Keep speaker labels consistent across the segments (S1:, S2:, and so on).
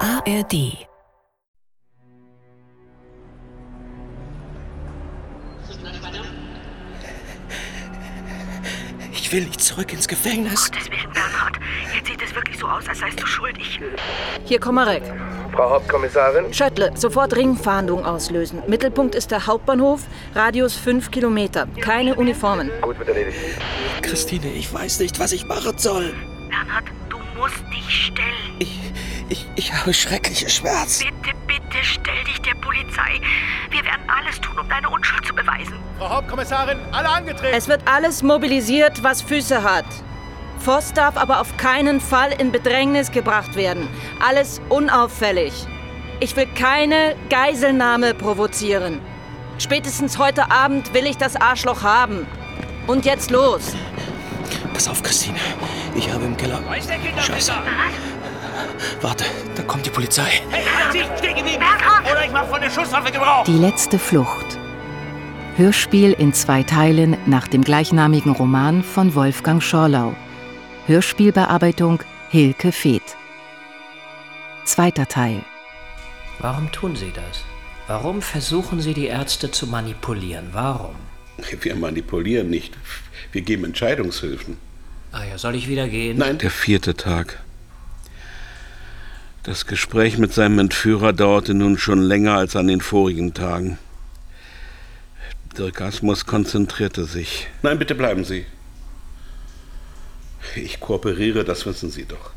S1: ARD.
S2: Ich will nicht zurück ins Gefängnis.
S3: Gottes Willen, Bernhard. Jetzt sieht es wirklich so aus, als seist du schuldig.
S4: Hier, Komarek.
S5: Frau Hauptkommissarin?
S4: Shuttle, sofort Ringfahndung auslösen. Mittelpunkt ist der Hauptbahnhof, Radius 5 Kilometer. Keine Uniformen.
S5: Gut, wird erledigt.
S2: Christine, ich weiß nicht, was ich machen soll.
S3: Bernhard, du musst dich stellen.
S2: Ich, ich, ich habe schreckliche Schmerzen.
S3: Bitte, bitte stell dich der Polizei. Wir werden alles tun, um deine Unschuld zu beweisen.
S6: Frau Hauptkommissarin, alle angetreten.
S4: Es wird alles mobilisiert, was Füße hat. Voss darf aber auf keinen Fall in Bedrängnis gebracht werden. Alles unauffällig. Ich will keine Geiselnahme provozieren. Spätestens heute Abend will ich das Arschloch haben. Und jetzt los.
S2: Pass auf, Christine. Ich habe im Keller. Scheiße. Warte, da kommt die Polizei.
S3: Bernhard!
S1: Die letzte Flucht. Hörspiel in zwei Teilen nach dem gleichnamigen Roman von Wolfgang Schorlau. Hörspielbearbeitung Hilke Feeth. Zweiter Teil.
S7: Warum tun Sie das? Warum versuchen Sie die Ärzte zu manipulieren? Warum?
S8: Wir manipulieren nicht. Wir geben Entscheidungshilfen.
S7: Ah ja, soll ich wieder gehen?
S8: Nein, der vierte Tag. Das Gespräch mit seinem Entführer dauerte nun schon länger als an den vorigen Tagen. Dirk Asmus konzentrierte sich. Nein, bitte bleiben Sie. Ich kooperiere, das wissen Sie doch.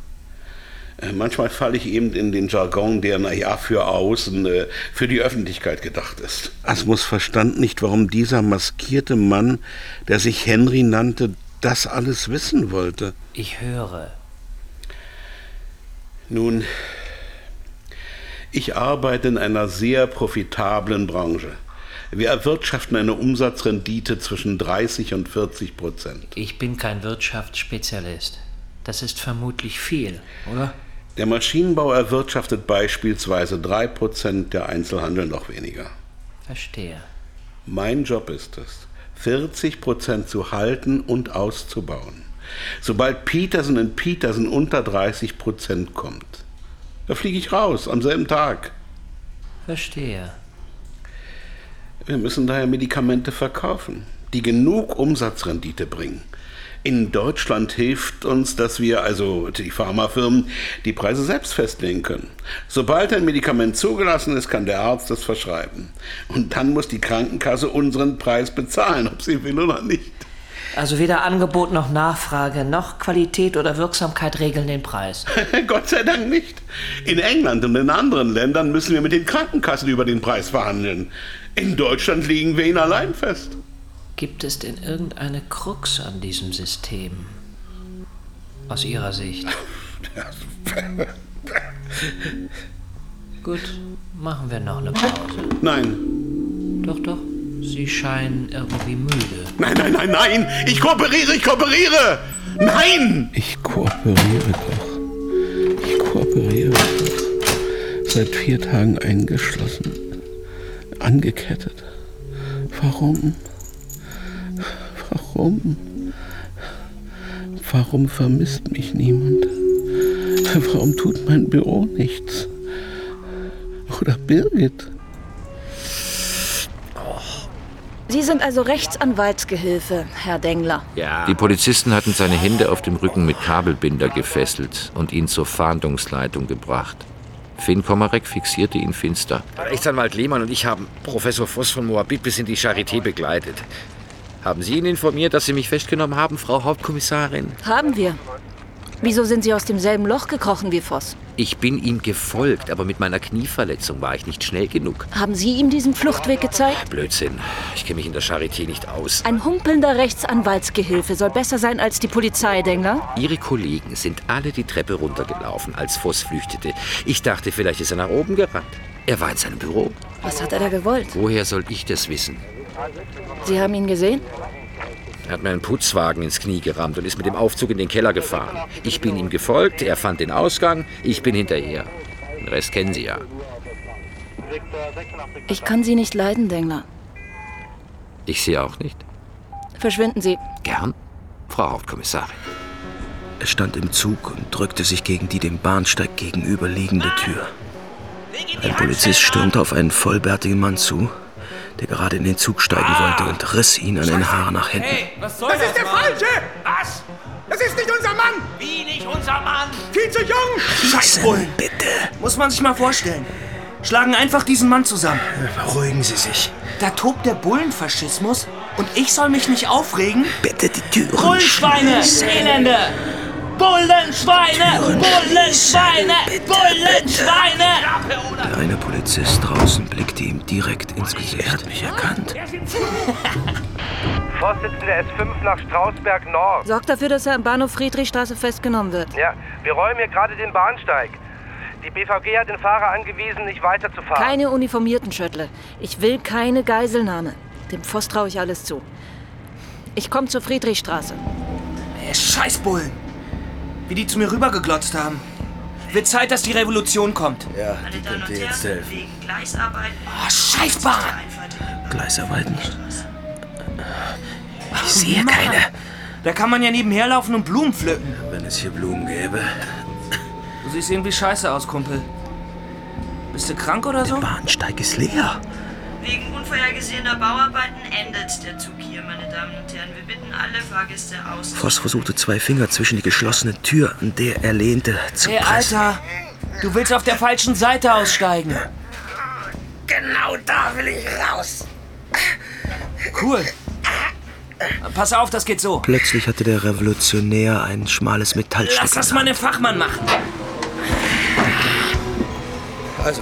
S8: Äh, Manchmal falle ich eben in den Jargon, der, naja, für außen, äh, für die Öffentlichkeit gedacht ist. Asmus verstand nicht, warum dieser maskierte Mann, der sich Henry nannte, das alles wissen wollte.
S7: Ich höre.
S8: Nun, ich arbeite in einer sehr profitablen Branche. Wir erwirtschaften eine Umsatzrendite zwischen 30 und 40 Prozent.
S7: Ich bin kein Wirtschaftsspezialist. Das ist vermutlich viel, oder?
S8: Der Maschinenbau erwirtschaftet beispielsweise 3 Prozent, der Einzelhandel noch weniger.
S7: Verstehe.
S8: Mein Job ist es, 40 Prozent zu halten und auszubauen. Sobald Peterson in Peterson unter 30 Prozent kommt, da fliege ich raus am selben Tag.
S7: Verstehe.
S8: Wir müssen daher Medikamente verkaufen, die genug Umsatzrendite bringen. In Deutschland hilft uns, dass wir, also die Pharmafirmen, die Preise selbst festlegen können. Sobald ein Medikament zugelassen ist, kann der Arzt es verschreiben. Und dann muss die Krankenkasse unseren Preis bezahlen, ob sie will oder nicht.
S7: Also weder Angebot noch Nachfrage, noch Qualität oder Wirksamkeit regeln den Preis.
S8: Gott sei Dank nicht. In England und in anderen Ländern müssen wir mit den Krankenkassen über den Preis verhandeln. In Deutschland legen wir ihn allein fest.
S7: Gibt es denn irgendeine Krux an diesem System? Aus Ihrer Sicht. Gut, machen wir noch eine Pause.
S8: Nein,
S7: Doch, doch. Sie scheinen irgendwie müde.
S8: nein, nein, nein, nein! Ich kooperiere, ich kooperiere! Nein! Ich kooperiere doch. Ich kooperiere doch. Seit vier Tagen eingeschlossen. Angekettet. Warum? Warum? Warum vermisst mich niemand? Warum tut mein Büro nichts? Oder Birgit?
S4: Sie sind also Rechtsanwaltsgehilfe, Herr Dengler.
S9: Die Polizisten hatten seine Hände auf dem Rücken mit Kabelbinder gefesselt und ihn zur Fahndungsleitung gebracht. Finn Komarek fixierte ihn finster.
S10: Rechtsanwalt Lehmann und ich haben Professor Voss von Moabit bis in die Charité begleitet. Haben Sie ihn informiert, dass Sie mich festgenommen haben, Frau Hauptkommissarin?
S4: Haben wir. Wieso sind Sie aus demselben Loch gekrochen wie Voss?
S10: Ich bin ihm gefolgt, aber mit meiner Knieverletzung war ich nicht schnell genug.
S4: Haben Sie ihm diesen Fluchtweg gezeigt?
S10: Blödsinn. Ich kenne mich in der Charité nicht aus.
S4: Ein humpelnder Rechtsanwaltsgehilfe soll besser sein als die Polizei, Dengler.
S10: Ihre Kollegen sind alle die Treppe runtergelaufen, als Voss flüchtete. Ich dachte, vielleicht ist er nach oben gerannt. Er war in seinem Büro.
S4: Was hat er da gewollt?
S10: Woher soll ich das wissen?
S4: Sie haben ihn gesehen?
S10: Er hat mir einen Putzwagen ins Knie gerammt und ist mit dem Aufzug in den Keller gefahren. Ich bin ihm gefolgt, er fand den Ausgang, ich bin hinterher. Den Rest kennen Sie ja.
S4: Ich kann Sie nicht leiden, Dengler.
S10: Ich sehe auch nicht.
S4: Verschwinden Sie.
S10: Gern, Frau Hauptkommissarin.
S6: Er stand im Zug und drückte sich gegen die dem Bahnsteig gegenüberliegende Tür. Ein Polizist stürmte auf einen vollbärtigen Mann zu, der gerade in den Zug steigen wollte und riss ihn an den Haaren nach hinten.
S11: Hey, was soll
S12: Das
S11: das?
S12: ist der
S11: Mann?
S12: Falsche!
S11: Was?
S12: Das ist nicht unser Mann!
S11: Wie nicht unser Mann?
S12: Viel zu jung!
S11: Scheißbullen, bitte. Muss man sich mal vorstellen. Schlagen einfach diesen Mann zusammen.
S6: Beruhigen Sie sich.
S11: Da tobt der Bullenfaschismus und ich soll mich nicht aufregen?
S6: Bitte die Türen
S11: Bullenschweine! Elende! Bullenschweine! Bullenschweine! Bullenschweine!
S6: Der eine Polizist draußen blickte ihm direkt ins Gesicht. Er hat mich erkannt.
S5: Vorsitzender S5 nach Strausberg Nord.
S13: Sorgt dafür, dass er am Bahnhof Friedrichstraße festgenommen wird.
S5: Ja, wir räumen hier gerade den Bahnsteig. Die BVG hat den Fahrer angewiesen, nicht weiterzufahren.
S13: Keine uniformierten Schöttle. Ich will keine Geiselnahme. Dem Voss traue ich alles zu. Ich komme zur Friedrichstraße.
S11: Ey, Scheißbullen! Wie die zu mir rübergeglotzt haben. Wird Zeit, dass die Revolution kommt.
S6: Ja, die könnte jetzt helfen.
S3: Gleisarbeit.
S11: Oh, Scheißbahn!
S6: Gleisarbeit nicht.
S11: Ich sehe keine. Da kann man ja nebenher laufen und Blumen pflücken.
S6: Wenn es hier Blumen gäbe.
S11: Du siehst irgendwie scheiße aus, Kumpel. Bist du krank oder so?
S6: Der Bahnsteig ist leer.
S3: Wegen unvorhergesehener Bauarbeiten endet der Zug hier, meine Damen und Herren. Wir bitten alle Fahrgäste aus.
S6: Voss versuchte zwei Finger zwischen die geschlossene Tür, an der er lehnte, zu
S11: Hey,
S6: pressen.
S11: Alter! Du willst auf der falschen Seite aussteigen.
S12: Genau da will ich raus!
S11: Cool. Pass auf, das geht so.
S6: Plötzlich hatte der Revolutionär ein schmales Metallstück.
S11: Lass das mal den Fachmann machen.
S5: Also,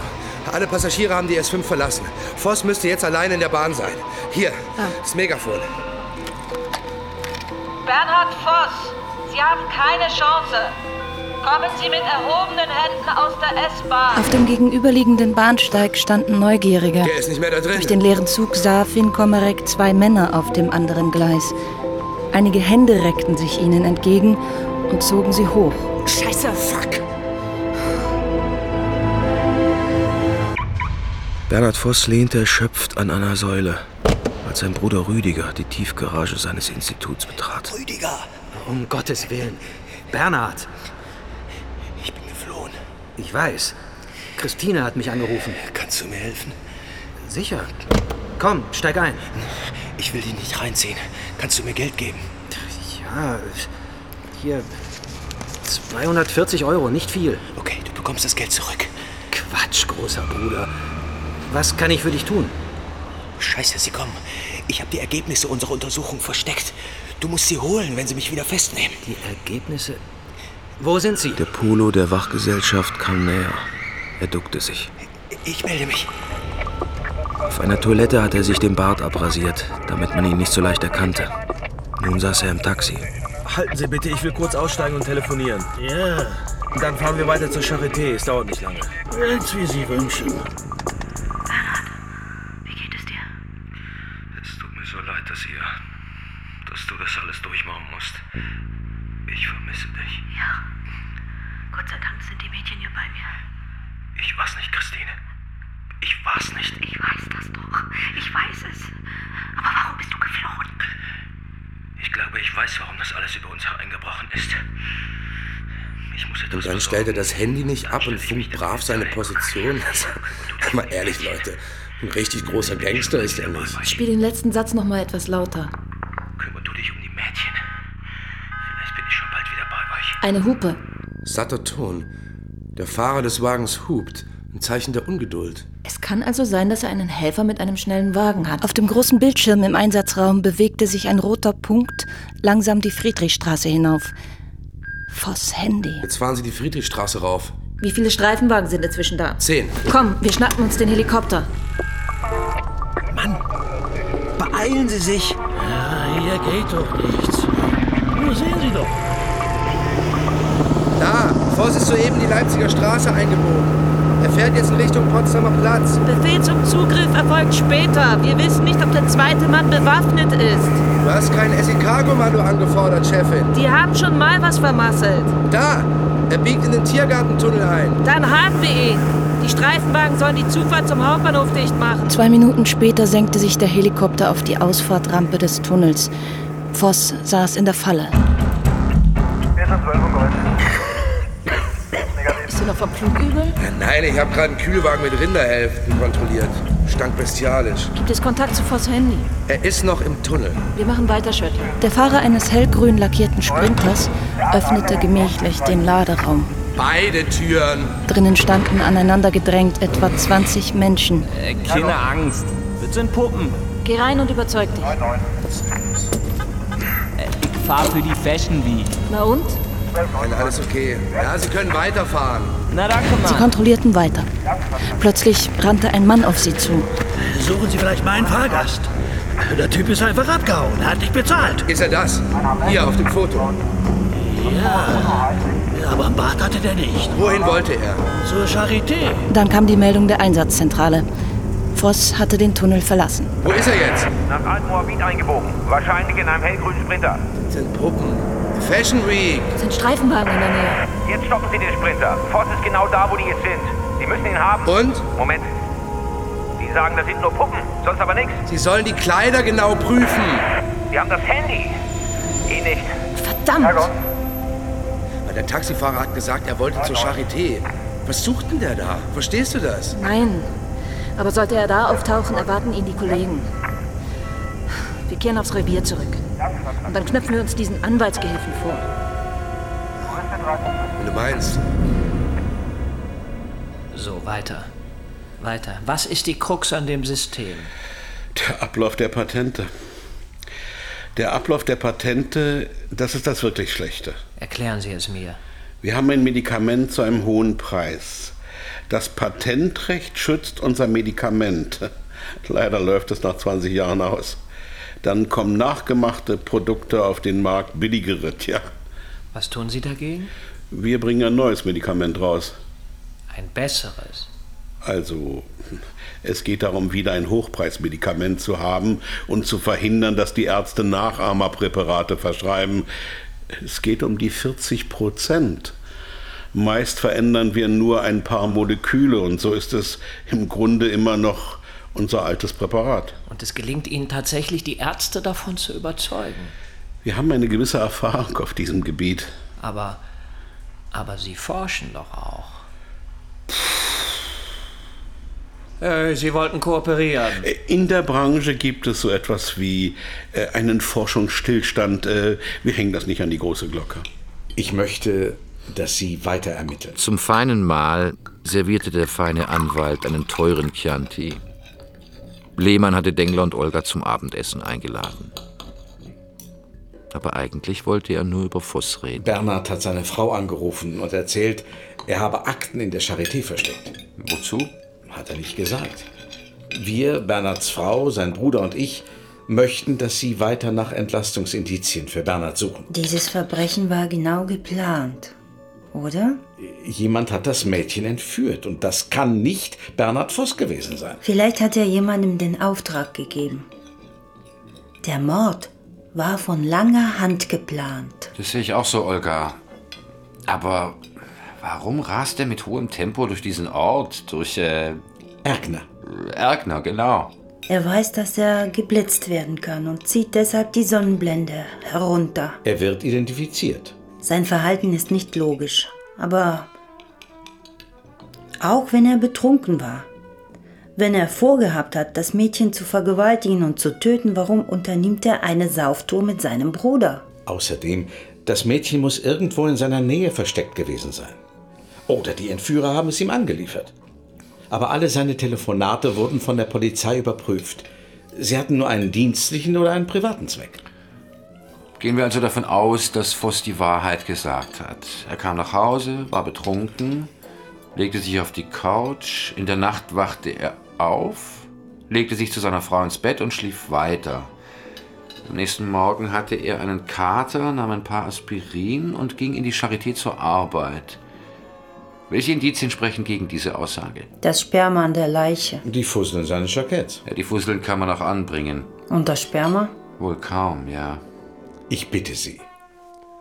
S5: alle Passagiere haben die S5 verlassen. Voss müsste jetzt allein in der Bahn sein. Hier, das Megafon.
S14: Bernhard Voss, Sie haben keine Chance. Kommen Sie mit erhobenen Händen aus der S-Bahn.
S4: Auf dem gegenüberliegenden Bahnsteig standen Neugierige.
S5: Der ist nicht mehr da drin.
S4: Durch den leeren Zug sah Finn Komarek zwei Männer auf dem anderen Gleis. Einige Hände reckten sich ihnen entgegen und zogen sie hoch.
S12: Scheiße, fuck!
S6: Bernhard Voss lehnte erschöpft an einer Säule, als sein Bruder Rüdiger die Tiefgarage seines Instituts betrat.
S15: Rüdiger! Um Gottes Willen. Bernhard! Ich bin geflohen. Ich weiß. Christine hat mich angerufen. Kannst du mir helfen? Sicher. Komm, steig ein. Ich will dich nicht reinziehen. Kannst du mir Geld geben? Ja, hier. 240 Euro, nicht viel. Okay, du bekommst das Geld zurück. Quatsch, großer Bruder. Was kann ich für dich tun?
S16: Scheiße, sie kommen. Ich habe die Ergebnisse unserer Untersuchung versteckt. Du musst sie holen, wenn sie mich wieder festnehmen.
S15: Die Ergebnisse? Wo sind sie?
S6: Der Polo der Wachgesellschaft kam näher. Er duckte sich.
S16: Ich melde mich.
S6: Auf einer Toilette hat er sich den Bart abrasiert, damit man ihn nicht so leicht erkannte. Nun saß er im Taxi.
S2: Halten Sie bitte, ich will kurz aussteigen und telefonieren.
S17: Ja,
S2: Und dann fahren wir weiter zur Charité, es dauert nicht lange.
S17: ganz wie Sie wünschen.
S18: Es tut mir so leid, dass ihr. dass du das alles durchmachen musst. Ich vermisse dich.
S3: Ja. Gott sei Dank sind die Mädchen hier bei mir.
S18: Ich war's nicht, Christine. Ich war's nicht.
S3: Ich weiß das doch. Ich weiß es. Aber warum bist du geflohen?
S18: Ich glaube, ich weiß, warum das alles über uns hereingebrochen ist. Ich muss
S5: Und dann stellt er das Handy nicht ab und funkt brav seine Position. Also, mal ehrlich, Leute. Ein richtig großer Gangster ist er nicht.
S4: Spiel den letzten Satz noch mal etwas lauter.
S18: Kümmere du dich um die Mädchen. Vielleicht bin ich schon bald wieder bei euch.
S4: Eine Hupe.
S5: Satter Ton. Der Fahrer des Wagens hupt. Ein Zeichen der Ungeduld.
S4: Es kann also sein, dass er einen Helfer mit einem schnellen Wagen hat. Auf dem großen Bildschirm im Einsatzraum bewegte sich ein roter Punkt langsam die Friedrichstraße hinauf. Voss Handy.
S5: Jetzt fahren sie die Friedrichstraße rauf.
S4: Wie viele Streifenwagen sind inzwischen da?
S5: Zehn.
S4: Komm, wir schnappen uns den Helikopter.
S15: Beeilen Sie sich!
S17: Ja, Ah, hier geht doch nichts. Nur sehen Sie doch.
S5: Da, Voss ist soeben die Leipziger Straße eingebogen. Er fährt jetzt in Richtung Potsdamer Platz.
S13: Befehl zum Zugriff erfolgt später. Wir wissen nicht, ob der zweite Mann bewaffnet ist.
S5: Du hast kein SEK-Kommando angefordert, Chefin.
S13: Die haben schon mal was vermasselt.
S5: Da, er biegt in den Tiergartentunnel ein.
S13: Dann haben wir ihn. Die Streifenwagen sollen die Zufahrt zum Hauptbahnhof dicht machen.
S4: Zwei Minuten später senkte sich der Helikopter auf die Ausfahrtrampe des Tunnels. Voss saß in der Falle.
S5: Ist
S4: in noch vom Flugübel?
S5: Nein, ich habe gerade einen Kühlwagen mit Rinderhälften kontrolliert. Stank bestialisch.
S4: Gibt es Kontakt zu Voss Handy?
S5: Er ist noch im Tunnel.
S4: Wir machen weiter, Shirley. Der Fahrer eines hellgrün lackierten Sprinters öffnete gemächlich den Laderaum.
S5: Beide Türen.
S4: Drinnen standen aneinander gedrängt etwa 20 Menschen.
S11: Äh, keine Angst. Wir sind Puppen.
S4: Geh rein und überzeug dich.
S11: Ich fahr für die Fashion Week.
S4: Na und?
S5: Nein, alles okay. Ja, Sie können weiterfahren.
S11: Na danke,
S4: Sie
S11: Mann.
S4: kontrollierten weiter. Plötzlich rannte ein Mann auf sie zu.
S17: Suchen Sie vielleicht meinen Fahrgast. Der Typ ist einfach abgehauen, hat nicht bezahlt.
S5: Ist er das? Hier auf dem Foto.
S17: Ja, aber einen Bart hatte der nicht.
S5: Wohin wollte er?
S17: Zur Charité.
S4: Dann kam die Meldung der Einsatzzentrale. Voss hatte den Tunnel verlassen.
S5: Wo ist er jetzt?
S19: Nach Alt Moabit eingebogen. Wahrscheinlich in einem hellgrünen Sprinter.
S5: Sind Puppen. Fashion Week.
S4: Sind Streifenwagen in der Nähe.
S19: Jetzt stoppen Sie den Sprinter. Voss ist genau da, wo die jetzt sind. Sie müssen ihn haben.
S5: Und?
S19: Moment. Die sagen, das sind nur Puppen. Sonst aber nichts.
S5: Sie sollen die Kleider genau prüfen.
S19: Sie haben das Handy. Eh nicht.
S4: Verdammt!
S5: Aber Der Taxifahrer hat gesagt, er wollte zur Charité. Was sucht denn der da? Verstehst du das?
S4: Nein. Aber sollte er da auftauchen, erwarten ihn die Kollegen. Wir kehren aufs Revier zurück. Und dann knöpfen wir uns diesen Anwaltsgehilfen vor.
S5: Wenn du meinst.
S7: So, weiter. Weiter. Was ist die Krux an dem System?
S8: Der Ablauf der Patente. Der Ablauf der Patente, das ist das wirklich Schlechte.
S7: Erklären Sie es mir.
S8: Wir haben ein Medikament zu einem hohen Preis. Das Patentrecht schützt unser Medikament. Leider läuft es nach 20 Jahren aus. Dann kommen nachgemachte Produkte auf den Markt, billigere, tja.
S7: Was tun Sie dagegen?
S8: Wir bringen ein neues Medikament raus.
S7: Ein besseres.
S8: Also, es geht darum, wieder ein Hochpreismedikament zu haben und zu verhindern, dass die Ärzte Nachahmerpräparate verschreiben. Es geht um die 40 Prozent. Meist verändern wir nur ein paar Moleküle und so ist es im Grunde immer noch unser altes Präparat.
S7: Und es gelingt Ihnen tatsächlich, die Ärzte davon zu überzeugen.
S8: Wir haben eine gewisse Erfahrung auf diesem Gebiet.
S7: Aber, aber Sie forschen doch auch. Äh, Sie wollten kooperieren.
S8: Äh, In der Branche gibt es so etwas wie äh, einen Forschungsstillstand. Äh, wir hängen das nicht an die große Glocke.
S20: Ich möchte, dass Sie weiter ermitteln.
S10: Zum feinen Mahl servierte der feine Anwalt einen teuren Chianti. Lehmann hatte Dengler und Olga zum Abendessen eingeladen. Aber eigentlich wollte er nur über Voss reden.
S20: Bernhard hat seine Frau angerufen und erzählt, er habe Akten in der Charité versteckt. Wozu? Hat er nicht gesagt. Wir, Bernhards Frau, sein Bruder und ich, möchten, dass Sie weiter nach Entlastungsindizien für Bernhard suchen.
S9: Dieses Verbrechen war genau geplant, oder?
S20: Jemand hat das Mädchen entführt und das kann nicht Bernhard Voss gewesen sein.
S9: Vielleicht hat er jemandem den Auftrag gegeben. Der Mord war von langer Hand geplant.
S21: Das sehe ich auch so, Olga. Aber warum rast er mit hohem Tempo durch diesen Ort, durch äh,
S20: Erkner?
S21: Erkner, genau.
S9: Er weiß, dass er geblitzt werden kann und zieht deshalb die Sonnenblende herunter.
S20: Er wird identifiziert.
S9: Sein Verhalten ist nicht logisch, aber auch wenn er betrunken war, wenn er vorgehabt hat, das Mädchen zu vergewaltigen und zu töten, warum unternimmt er eine Sauftour mit seinem Bruder?
S20: Außerdem, das Mädchen muss irgendwo in seiner Nähe versteckt gewesen sein. Oder die Entführer haben es ihm angeliefert. Aber alle seine Telefonate wurden von der Polizei überprüft. Sie hatten nur einen dienstlichen oder einen privaten Zweck.
S21: Gehen wir also davon aus, dass Voss die Wahrheit gesagt hat. Er kam nach Hause, war betrunken, legte sich auf die Couch, in der Nacht wachte er auf, legte sich zu seiner Frau ins Bett und schlief weiter. Am nächsten Morgen hatte er einen Kater, nahm ein paar Aspirin und ging in die Charité zur Arbeit. Welche Indizien sprechen gegen diese Aussage?
S9: Das Sperma an der Leiche.
S20: Die Fusseln seines Jacketts.
S21: Ja, die Fusseln kann man auch anbringen.
S9: Und das Sperma?
S21: Wohl kaum, ja.
S20: Ich bitte Sie,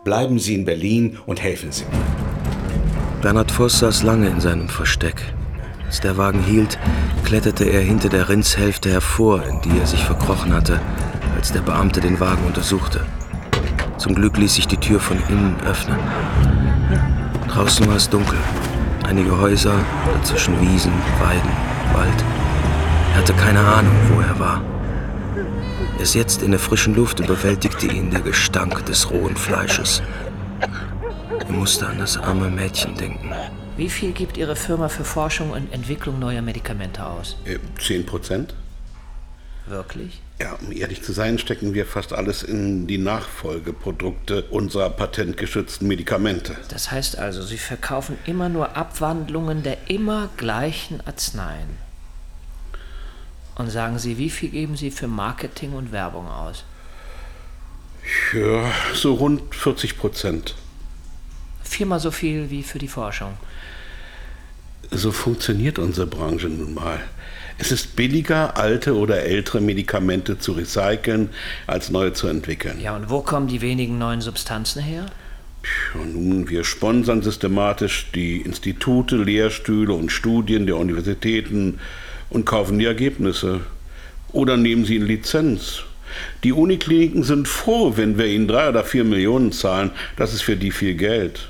S20: bleiben Sie in Berlin und helfen Sie mir.
S6: Bernhard Voss saß lange in seinem Versteck. Als der Wagen hielt, kletterte er hinter der Rindshälfte hervor, in die er sich verkrochen hatte, als der Beamte den Wagen untersuchte. Zum Glück ließ sich die Tür von innen öffnen. Draußen war es dunkel. einige Häuser, dazwischen Wiesen, Weiden, Wald. Er hatte keine Ahnung, wo er war. Erst jetzt in der frischen Luft überwältigte ihn der Gestank des rohen Fleisches. Er musste an das arme Mädchen denken.
S7: Wie viel gibt Ihre Firma für Forschung und Entwicklung neuer Medikamente aus?
S8: Äh, 10 Prozent?
S7: Wirklich?
S8: Ja, um ehrlich zu sein, stecken wir fast alles in die Nachfolgeprodukte unserer patentgeschützten Medikamente.
S7: Das heißt also, Sie verkaufen immer nur Abwandlungen der immer gleichen Arzneien. Und sagen Sie, wie viel geben Sie für Marketing und Werbung aus?
S8: Ja, so rund 40 Prozent.
S7: Viermal so viel wie für die Forschung.
S8: So funktioniert unsere Branche nun mal. Es ist billiger, alte oder ältere Medikamente zu recyceln, als neue zu entwickeln.
S7: Ja, und wo kommen die wenigen neuen Substanzen her?
S8: Und nun, wir sponsern systematisch die Institute, Lehrstühle und Studien der Universitäten und kaufen die Ergebnisse. Oder nehmen sie in Lizenz. Die Unikliniken sind froh, wenn wir ihnen drei oder vier Millionen zahlen. Das ist für die viel Geld.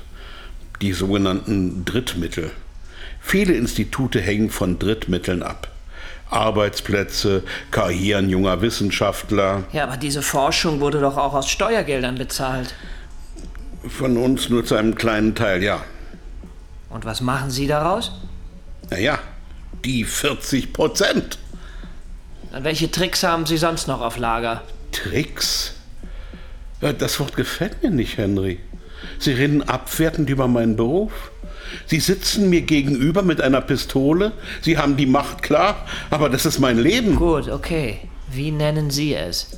S8: Die sogenannten Drittmittel. Viele Institute hängen von Drittmitteln ab. Arbeitsplätze, Karrieren junger Wissenschaftler.
S7: Ja, aber diese Forschung wurde doch auch aus Steuergeldern bezahlt.
S8: Von uns nur zu einem kleinen Teil, ja.
S7: Und was machen Sie daraus?
S8: Naja, die 40 Prozent.
S7: Und welche Tricks haben Sie sonst noch auf Lager?
S8: Tricks? Ja, Äh, Das Wort gefällt mir nicht, Henry. Sie reden abwertend über meinen Beruf. Sie sitzen mir gegenüber mit einer Pistole. Sie haben die Macht, klar, aber das ist mein Leben.
S7: Gut, okay. Wie nennen Sie es?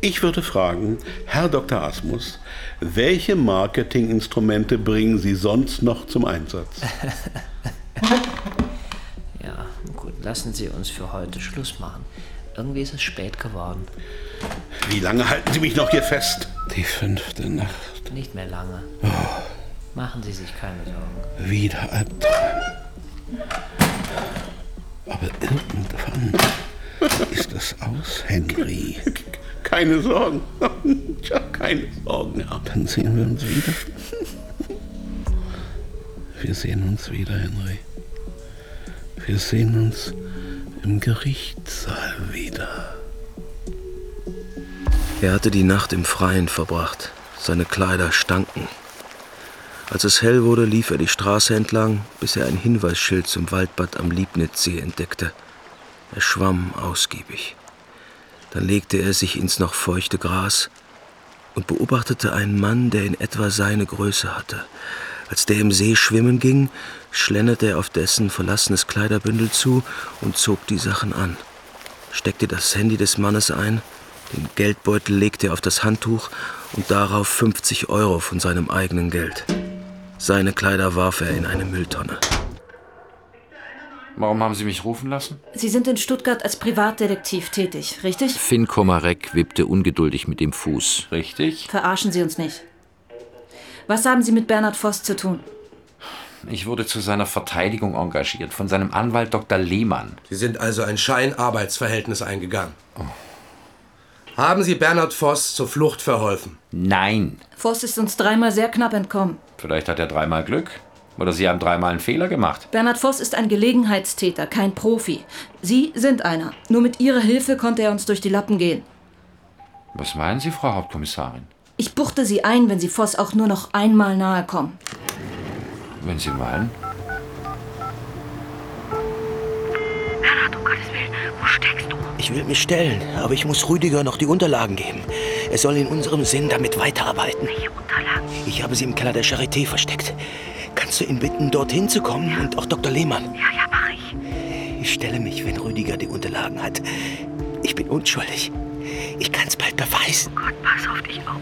S8: Ich würde fragen, Herr Dr. Asmus, welche Marketinginstrumente bringen Sie sonst noch zum Einsatz?
S7: Ja, gut, lassen Sie uns für heute Schluss machen. Irgendwie ist es spät geworden.
S8: Wie lange halten Sie mich noch hier fest?
S22: Die fünfte Nacht.
S7: Nicht mehr lange. Machen Sie sich keine Sorgen.
S22: Wieder Albträume. Aber irgendwann ist es aus, Henry.
S8: Keine Sorgen. Ja, keine Sorgen. Ja.
S22: Dann sehen wir uns wieder. Wir sehen uns wieder, Henry. Wir sehen uns im Gerichtssaal wieder.
S6: Er hatte die Nacht im Freien verbracht. Seine Kleider stanken. Als es hell wurde, lief er die Straße entlang, bis er ein Hinweisschild zum Waldbad am Liebnitzsee entdeckte. Er schwamm ausgiebig. Dann legte er sich ins noch feuchte Gras und beobachtete einen Mann, der in etwa seine Größe hatte. Als der im See schwimmen ging, schlenderte er auf dessen verlassenes Kleiderbündel zu und zog die Sachen an, steckte das Handy des Mannes ein, den Geldbeutel legte er auf das Handtuch und darauf 50 Euro von seinem eigenen Geld. Seine Kleider warf er in eine Mülltonne.
S21: Warum haben Sie mich rufen lassen?
S4: Sie sind in Stuttgart als Privatdetektiv tätig, richtig?
S10: Finn Komarek wippte ungeduldig mit dem Fuß.
S21: Richtig?
S4: Verarschen Sie uns nicht. Was haben Sie mit Bernhard Voss zu tun?
S21: Ich wurde zu seiner Verteidigung engagiert von seinem Anwalt Dr. Lehmann.
S5: Sie sind also ein Scheinarbeitsverhältnis eingegangen. Haben Sie Bernhard Voss zur Flucht verholfen?
S21: Nein.
S4: Voss ist uns dreimal sehr knapp entkommen.
S21: Vielleicht hat er dreimal Glück. Oder Sie haben dreimal einen Fehler gemacht.
S4: Bernhard Voss ist ein Gelegenheitstäter, kein Profi. Sie sind einer. Nur mit Ihrer Hilfe konnte er uns durch die Lappen gehen.
S21: Was meinen Sie, Frau Hauptkommissarin?
S4: Ich buchte Sie ein, wenn Sie Voss auch nur noch einmal nahe kommen.
S21: Wenn Sie meinen?
S16: Ich will mich stellen, aber ich muss Rüdiger noch die Unterlagen geben. Er soll in unserem Sinn damit weiterarbeiten. Welche Unterlagen? Ich habe sie im Keller der Charité versteckt. Kannst du ihn bitten, dorthin zu kommen und auch Dr. Lehmann? Ja, ja, mache ich. Ich stelle mich, wenn Rüdiger die Unterlagen hat. Ich bin unschuldig. Ich kann es bald beweisen.
S12: Gott, pass auf dich auf.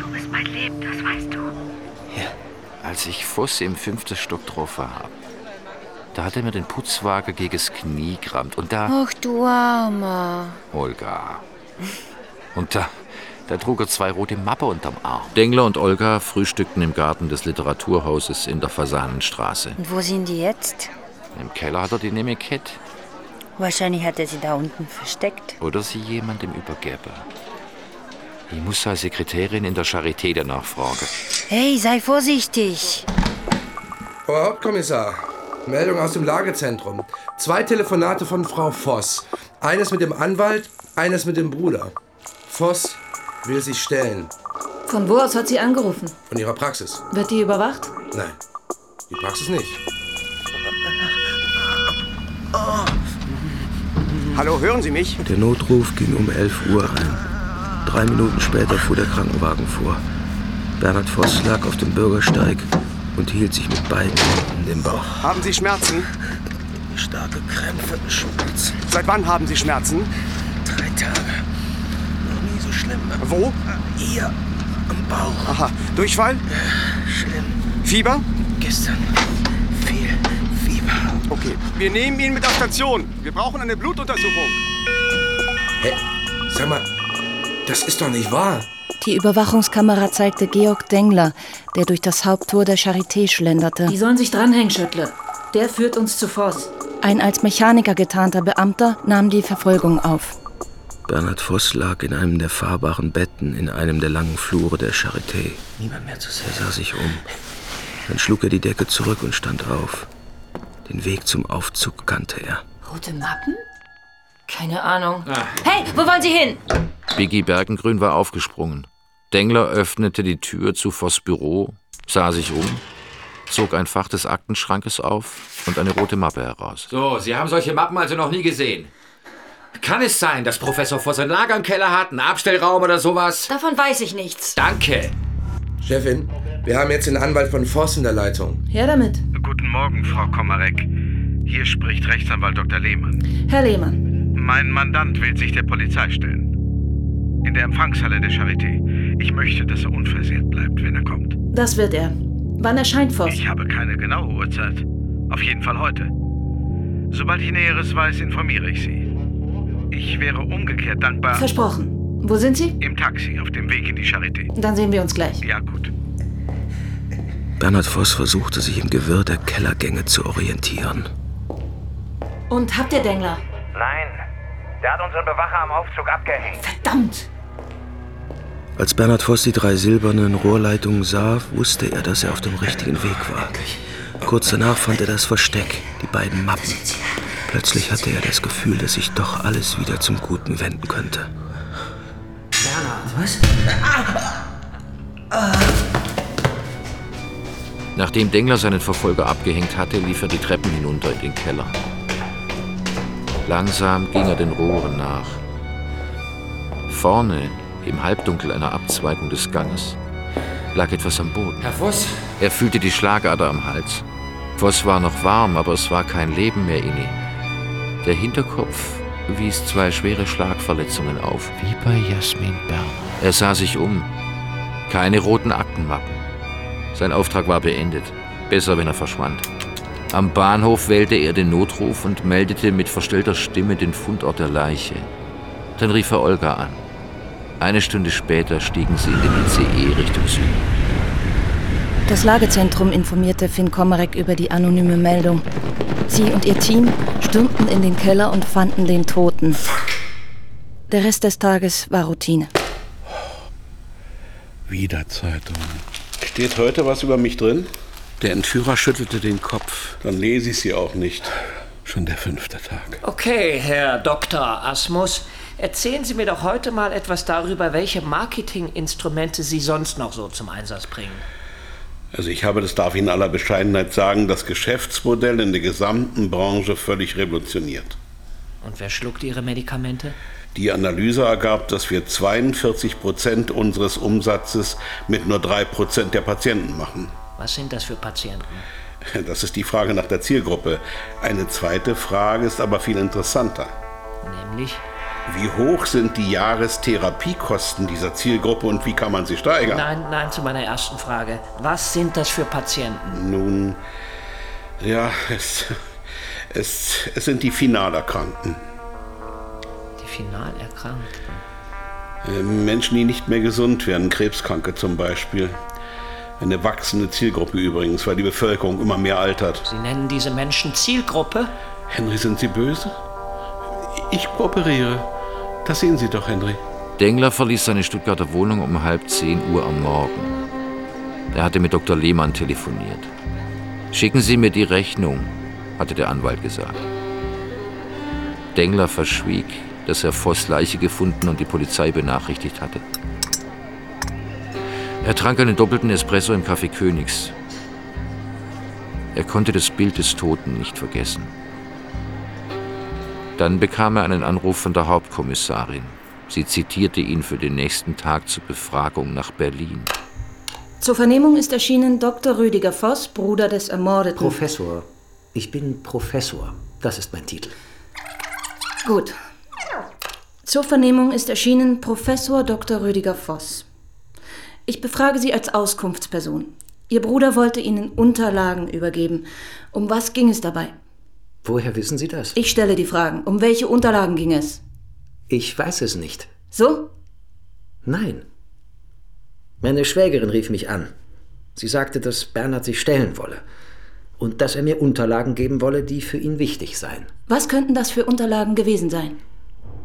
S12: Du bist mein Leben, das weißt du.
S10: Als ich Voss im fünften Stock getroffen habe, da hat er mir den Putzwagen gegen das Knie gerammt. Und
S9: Oh
S10: da...
S23: Ach du Armer.
S10: Olga. Und da, da trug er zwei rote Mappe unterm Arm. Dengler und Olga frühstückten im Garten des Literaturhauses in der Fasanenstraße.
S23: Und wo sind die jetzt?
S10: Im Keller hat er die nämlich gehabt.
S23: Wahrscheinlich hat er sie da unten versteckt.
S10: Oder sie jemandem übergeben. Ich muss seine Sekretärin in der Charité danach fragen.
S23: Hey, sei vorsichtig.
S5: Oberhauptkommissar, Meldung aus dem Lagezentrum. Zwei Telefonate von Frau Voss. Eines mit dem Anwalt, eines mit dem Bruder. Voss will sich stellen.
S4: Von wo aus hat sie angerufen?
S5: Von ihrer Praxis?
S4: Wird die überwacht?
S5: Nein, die Praxis nicht.
S14: Hallo, hören Sie mich?
S6: Der Notruf ging um 11 Uhr ein. Drei Minuten später fuhr der Krankenwagen vor. Bernhard Voss lag auf dem Bürgersteig und hielt sich mit beiden Händen den Bauch.
S14: Haben Sie Schmerzen? Starke Krämpfe, Schmerzen. Seit wann haben Sie Schmerzen? Drei Tage. Noch nie so schlimm. Wo? Hier, am Bauch. Aha. Durchfall? Schlimm. Fieber? Gestern. Viel Fieber. Okay, wir nehmen ihn mit auf Station. Wir brauchen eine Blutuntersuchung.
S5: Hä? Sag mal, das ist doch nicht wahr.
S4: Die Überwachungskamera zeigte Georg Dengler, der durch das Haupttor der Charité schlenderte.
S13: Die sollen sich dranhängen, Schöttle. Der führt uns zu Voss.
S4: Ein als Mechaniker getarnter Beamter nahm die Verfolgung auf.
S6: Bernhard Voss lag in einem der fahrbaren Betten in einem der langen Flure der Charité.
S14: Niemand mehr zu sehen.
S6: Er sah sich um. Dann schlug er die Decke zurück und stand auf. Den Weg zum Aufzug kannte er.
S4: Rote Mappen? Keine Ahnung.
S13: Hey, wo wollen Sie hin?
S10: Biggie Bergengrün war aufgesprungen. Dengler öffnete die Tür zu Voss Büro, sah sich um, zog ein Fach des Aktenschrankes auf und eine rote Mappe heraus.
S2: So, Sie haben solche Mappen also noch nie gesehen. Kann es sein, dass Professor Voss ein Lager im Keller hat, einen Abstellraum oder sowas?
S13: Davon weiß ich nichts.
S2: Danke.
S5: Chefin, wir haben jetzt den Anwalt von Voss in der Leitung.
S13: Her damit.
S18: Guten Morgen, Frau Komarek. Hier spricht Rechtsanwalt Dr. Lehmann.
S13: Herr Lehmann.
S18: Mein Mandant will sich der Polizei stellen. In der Empfangshalle der Charité. Ich möchte, dass er unversehrt bleibt, wenn er kommt.
S13: Das wird er. Wann erscheint Voss?
S18: Ich habe keine genaue Uhrzeit. Auf jeden Fall heute. Sobald ich Näheres weiß, informiere ich Sie. Ich wäre umgekehrt dankbar.
S13: Versprochen. Wo sind Sie?
S18: Im Taxi auf dem Weg in die Charité.
S13: Dann sehen wir uns gleich.
S18: Ja, gut.
S6: Bernhard Voss versuchte sich im Gewirr der Kellergänge zu orientieren.
S13: Und habt ihr Dengler?
S19: Nein, der hat unseren Bewacher am Aufzug abgehängt.
S13: Verdammt!
S6: Als Bernhard Voss die drei silbernen Rohrleitungen sah, wusste er, dass er auf dem richtigen Weg war. Kurz danach fand er das Versteck, die beiden Mappen. Plötzlich hatte er das Gefühl, dass sich doch alles wieder zum Guten wenden könnte.
S15: Bernhard. Was?
S2: Äh, ah!
S10: Nachdem Dengler seinen Verfolger abgehängt hatte, lief er die Treppen hinunter in den Keller. Langsam ging er den Rohren nach. Vorne, im Halbdunkel einer Abzweigung des Ganges, lag etwas am Boden.
S2: Herr Voss?
S10: Er fühlte die Schlagader am Hals. Voss war noch warm, aber es war kein Leben mehr in ihm. Der Hinterkopf wies zwei schwere Schlagverletzungen auf. Wie bei Jasmin Bern. Er sah sich um. Keine roten Aktenmappen. Sein Auftrag war beendet. Besser, wenn er verschwand. Am Bahnhof wählte er den Notruf und meldete mit verstellter Stimme den Fundort der Leiche. Dann rief er Olga an. Eine Stunde später stiegen sie in den ICE Richtung Süden.
S4: Das Lagezentrum informierte Finn Komarek über die anonyme Meldung. Sie und ihr Team stürmten in den Keller und fanden den Toten. Der Rest des Tages war Routine.
S22: Wieder Zeitung.
S8: Steht heute was über mich drin? Der Entführer schüttelte den Kopf. Dann lese ich sie auch nicht.
S22: Schon der fünfte Tag.
S7: Okay, Herr Dr. Asmus, erzählen Sie mir doch heute mal etwas darüber, welche Marketinginstrumente Sie sonst noch so zum Einsatz bringen.
S8: Also ich habe, das darf ich in aller Bescheidenheit sagen, das Geschäftsmodell in der gesamten Branche völlig revolutioniert.
S7: Und wer schluckt Ihre Medikamente?
S8: Die Analyse ergab, dass wir 42 Prozent unseres Umsatzes mit nur 3 Prozent der Patienten machen.
S7: Was sind das für Patienten?
S8: Das ist die Frage nach der Zielgruppe. Eine zweite Frage ist aber viel interessanter.
S7: Nämlich?
S8: Wie hoch sind die Jahrestherapiekosten dieser Zielgruppe und wie kann man sie steigern?
S7: Nein, nein, zu meiner ersten Frage. Was sind das für Patienten?
S8: Nun, ja, es, es, es sind die Finalerkrankten.
S7: Die final erkrankten.
S8: Äh, Menschen, die nicht mehr gesund werden, Krebskranke zum Beispiel. Eine wachsende Zielgruppe übrigens, weil die Bevölkerung immer mehr altert.
S7: Sie nennen diese Menschen Zielgruppe?
S8: Henry, sind Sie böse? Ich kooperiere. Das sehen Sie doch, Henry.
S10: Dengler verließ seine Stuttgarter Wohnung um halb zehn Uhr am Morgen. Er hatte mit Dr. Lehmann telefoniert. Schicken Sie mir die Rechnung, hatte der Anwalt gesagt. Dengler verschwieg, dass er Voss Leiche gefunden und die Polizei benachrichtigt hatte. Er trank einen doppelten Espresso im Café Königs. Er konnte das Bild des Toten nicht vergessen. Dann bekam er einen Anruf von der Hauptkommissarin. Sie zitierte ihn für den nächsten Tag zur Befragung nach Berlin.
S4: Zur Vernehmung ist erschienen Dr. Rüdiger Voss, Bruder des Ermordeten.
S15: Professor. Ich bin Professor. Das ist mein Titel.
S4: Gut. Zur Vernehmung ist erschienen Professor Dr. Rüdiger Voss. Ich befrage Sie als Auskunftsperson. Ihr Bruder wollte Ihnen Unterlagen übergeben. Um was ging es dabei?
S15: Woher wissen Sie das?
S4: Ich stelle die Fragen. Um welche Unterlagen ging es?
S15: Ich weiß es nicht.
S4: So?
S15: Nein. Meine Schwägerin rief mich an. Sie sagte, dass Bernhard sich stellen wolle und dass er mir Unterlagen geben wolle, die für ihn wichtig seien.
S4: Was könnten das für Unterlagen gewesen sein?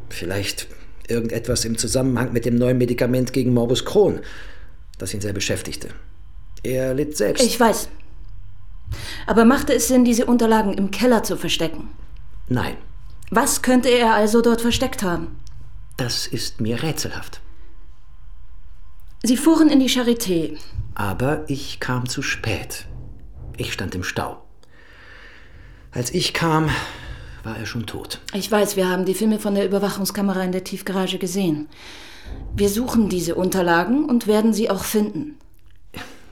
S15: Vielleicht irgendetwas im Zusammenhang mit dem neuen Medikament gegen Morbus Crohn, das ihn sehr beschäftigte. Er litt selbst.
S4: Ich weiß. Aber machte es Sinn, diese Unterlagen im Keller zu verstecken?
S15: Nein,
S4: Was könnte er also dort versteckt haben?
S15: das ist mir rätselhaft.
S4: Sie fuhren in die Charité.
S15: Aber ich kam zu spät. Ich stand im Stau. Als ich kam, war er schon tot.
S4: Ich weiß, wir haben die Filme von der Überwachungskamera in der Tiefgarage gesehen. Wir suchen diese Unterlagen und werden sie auch finden.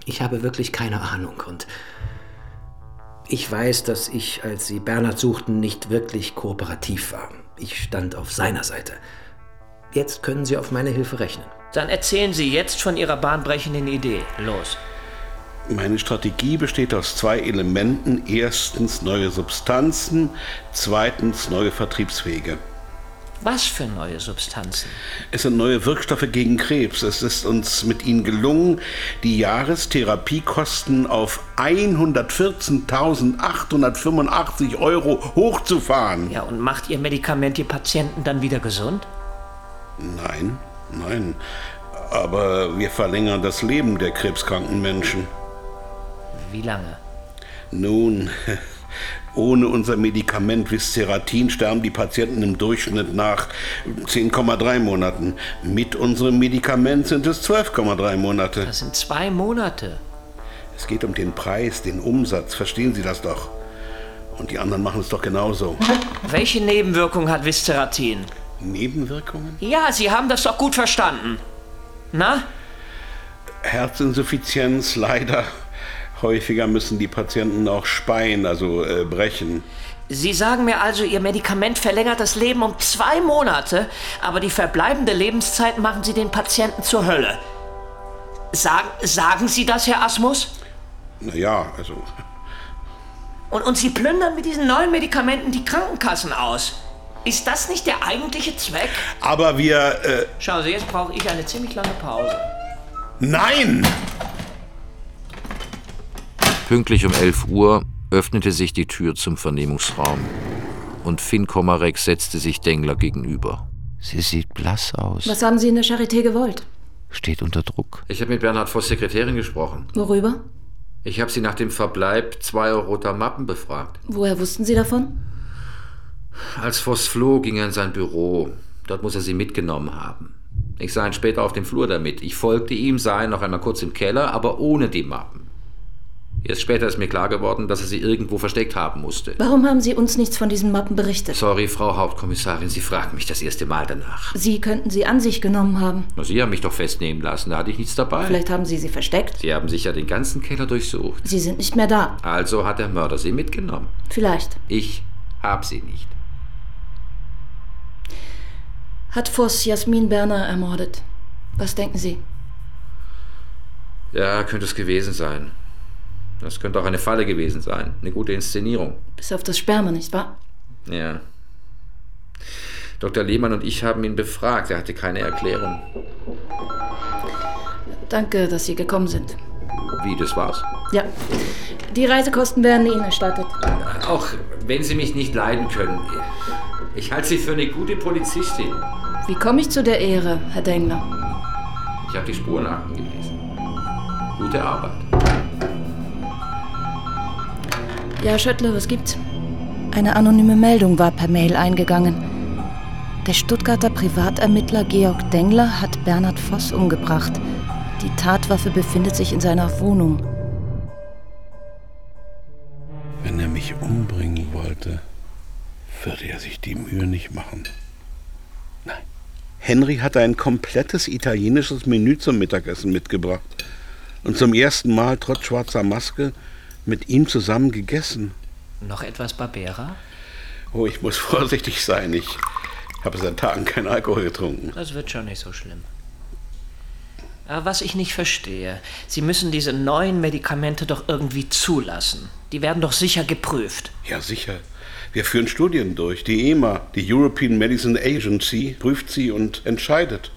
S15: Ich habe wirklich keine Ahnung und ich weiß, dass ich, als sie Bernhard suchten, nicht wirklich kooperativ war. Ich stand auf seiner Seite. Jetzt können Sie auf meine Hilfe rechnen.
S7: Dann erzählen Sie jetzt von Ihrer bahnbrechenden Idee. Los.
S8: Meine Strategie besteht aus zwei Elementen. Erstens neue Substanzen, zweitens neue Vertriebswege.
S7: Was für neue Substanzen?
S8: Es sind neue Wirkstoffe gegen Krebs. Es ist uns mit ihnen gelungen, die Jahrestherapiekosten auf 114.885 Euro hochzufahren.
S7: Ja, und macht Ihr Medikament die Patienten dann wieder gesund?
S8: Nein, nein. Aber wir verlängern das Leben der krebskranken Menschen.
S7: Wie lange?
S8: Nun, ohne unser Medikament Visceratin sterben die Patienten im Durchschnitt nach 10,3 Monaten. Mit unserem Medikament sind es 12,3 Monate. Das
S7: sind zwei Monate.
S8: Es geht um den Preis, den Umsatz. Verstehen Sie das doch? Und die anderen machen es doch genauso.
S7: Welche Nebenwirkung hat Visceratin?
S8: Nebenwirkungen?
S7: Ja, Sie haben das doch gut verstanden. Na?
S8: Herzinsuffizienz leider. Häufiger müssen die Patienten auch speien, also äh, brechen.
S7: Sie sagen mir also, Ihr Medikament verlängert das Leben um zwei Monate, aber die verbleibende Lebenszeit machen Sie den Patienten zur Hölle. Sagen, sagen Sie das, Herr Asmus?
S8: Naja, also
S7: Und, und Sie plündern mit diesen neuen Medikamenten die Krankenkassen aus. Ist das nicht der eigentliche Zweck?
S8: Aber wir. Äh,
S7: Schauen Sie, jetzt brauche ich eine ziemlich lange Pause.
S8: nein!
S10: Pünktlich um 11 Uhr öffnete sich die Tür zum Vernehmungsraum und Finn Komarek setzte sich Dengler gegenüber.
S3: Sie sieht blass aus.
S4: Was haben Sie in der Charité gewollt?
S3: Steht unter Druck.
S10: Ich habe mit Bernhard Voss Sekretärin gesprochen.
S4: Worüber?
S10: Ich habe sie nach dem Verbleib zweier roter Mappen befragt.
S4: Woher wussten Sie davon?
S10: Als Voss floh, ging er in sein Büro. Dort muss er sie mitgenommen haben. Ich sah ihn später auf dem Flur damit. Ich folgte ihm, sah ihn noch einmal kurz im Keller, aber ohne die Mappen. Erst später ist mir klar geworden, dass er sie irgendwo versteckt haben musste.
S4: Warum haben Sie uns nichts von diesen Mappen berichtet?
S10: Sorry, Frau Hauptkommissarin, Sie fragen mich das erste Mal danach.
S4: Sie könnten sie an sich genommen haben.
S10: Na, Sie haben mich doch festnehmen lassen, da hatte ich nichts dabei.
S4: Vielleicht haben Sie sie versteckt.
S10: Sie haben sicher den ganzen Keller durchsucht.
S4: Sie sind nicht mehr da.
S10: Also hat der Mörder sie mitgenommen.
S4: Vielleicht.
S10: Ich hab sie nicht.
S4: Hat Voss Jasmin Berner ermordet. Was denken Sie?
S10: Ja, könnte es gewesen sein. Das könnte auch eine Falle gewesen sein. Eine gute Inszenierung.
S4: Bis auf das Sperma, nicht wahr?
S10: Ja. Dr. Lehmann und ich haben ihn befragt. Er hatte keine Erklärung.
S4: Danke, dass Sie gekommen sind.
S10: Wie, das war's?
S4: Ja. Die Reisekosten werden Ihnen erstattet.
S10: Auch wenn Sie mich nicht leiden können. Ich halte Sie für eine gute Polizistin.
S4: Wie komme ich zu der Ehre, Herr Dengler?
S10: Ich habe die Spuren nachgelesen. Gute Arbeit.
S4: Ja, Schöttle, was gibt's? Eine anonyme Meldung war per Mail eingegangen. Der Stuttgarter Privatermittler Georg Dengler hat Bernhard Voss umgebracht. Die Tatwaffe befindet sich in seiner Wohnung.
S22: Wenn er mich umbringen wollte, würde er sich die Mühe nicht machen.
S8: Henry hatte ein komplettes italienisches Menü zum Mittagessen mitgebracht und zum ersten Mal trotz schwarzer Maske mit ihm zusammen gegessen.
S7: Noch etwas Barbera?
S8: Oh, ich muss vorsichtig sein. Ich habe seit Tagen keinen Alkohol getrunken.
S7: Das wird schon nicht so schlimm. Aber was ich nicht verstehe, Sie müssen diese neuen Medikamente doch irgendwie zulassen. Die werden doch sicher geprüft.
S8: Ja, sicher. Wir führen Studien durch. Die EMA, die European Medicine Agency, prüft sie und entscheidet.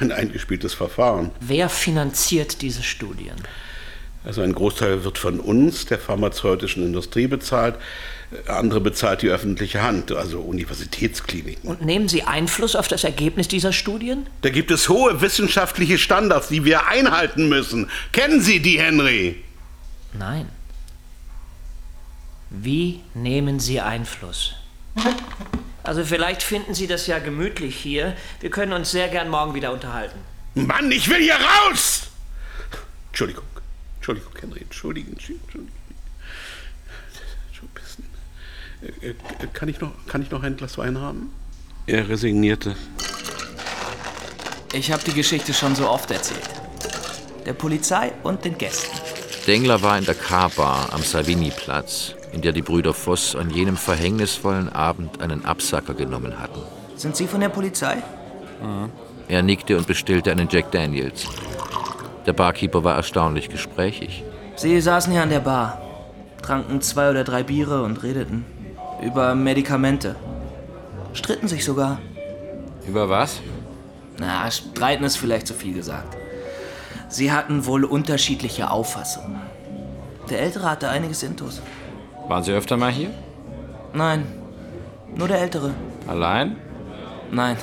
S8: Ein eingespieltes Verfahren.
S7: Wer finanziert diese Studien?
S8: Also ein Großteil wird von uns, der pharmazeutischen Industrie, bezahlt. Äh, Andere bezahlt die öffentliche Hand, also Universitätskliniken.
S7: Und nehmen Sie Einfluss auf das Ergebnis dieser Studien?
S8: Da gibt es hohe wissenschaftliche Standards, die wir einhalten müssen. Kennen Sie die, Henry?
S7: Nein. Wie nehmen Sie Einfluss? Also vielleicht finden Sie das ja gemütlich hier. Wir können uns sehr gern morgen wieder unterhalten.
S8: Mann, ich will hier raus! Entschuldigung. Entschuldigung, Henry. Entschuldigen. Entschuldigen. Entschuldigen. Äh, äh, Kann ich, noch, kann ich noch ein Glas Wein haben? Er resignierte.
S11: Ich habe die Geschichte schon so oft erzählt. Der Polizei und den Gästen.
S10: Dengler war in der K-Bar am Savini-Platz, in der die Brüder Voss an jenem verhängnisvollen Abend einen Absacker genommen hatten.
S11: Sind Sie von der Polizei?
S10: Er nickte und bestellte einen Jack Daniels. Der Barkeeper war erstaunlich gesprächig.
S11: Sie saßen hier an der Bar, tranken zwei oder drei Biere und redeten über Medikamente. Stritten sich sogar.
S21: Über was?
S11: Na, streiten ist vielleicht zu viel gesagt. Sie hatten wohl unterschiedliche Auffassungen. Der Ältere hatte einiges Intus.
S21: Waren Sie öfter mal hier?
S11: Nein, nur der Ältere.
S21: Allein?
S11: Nein,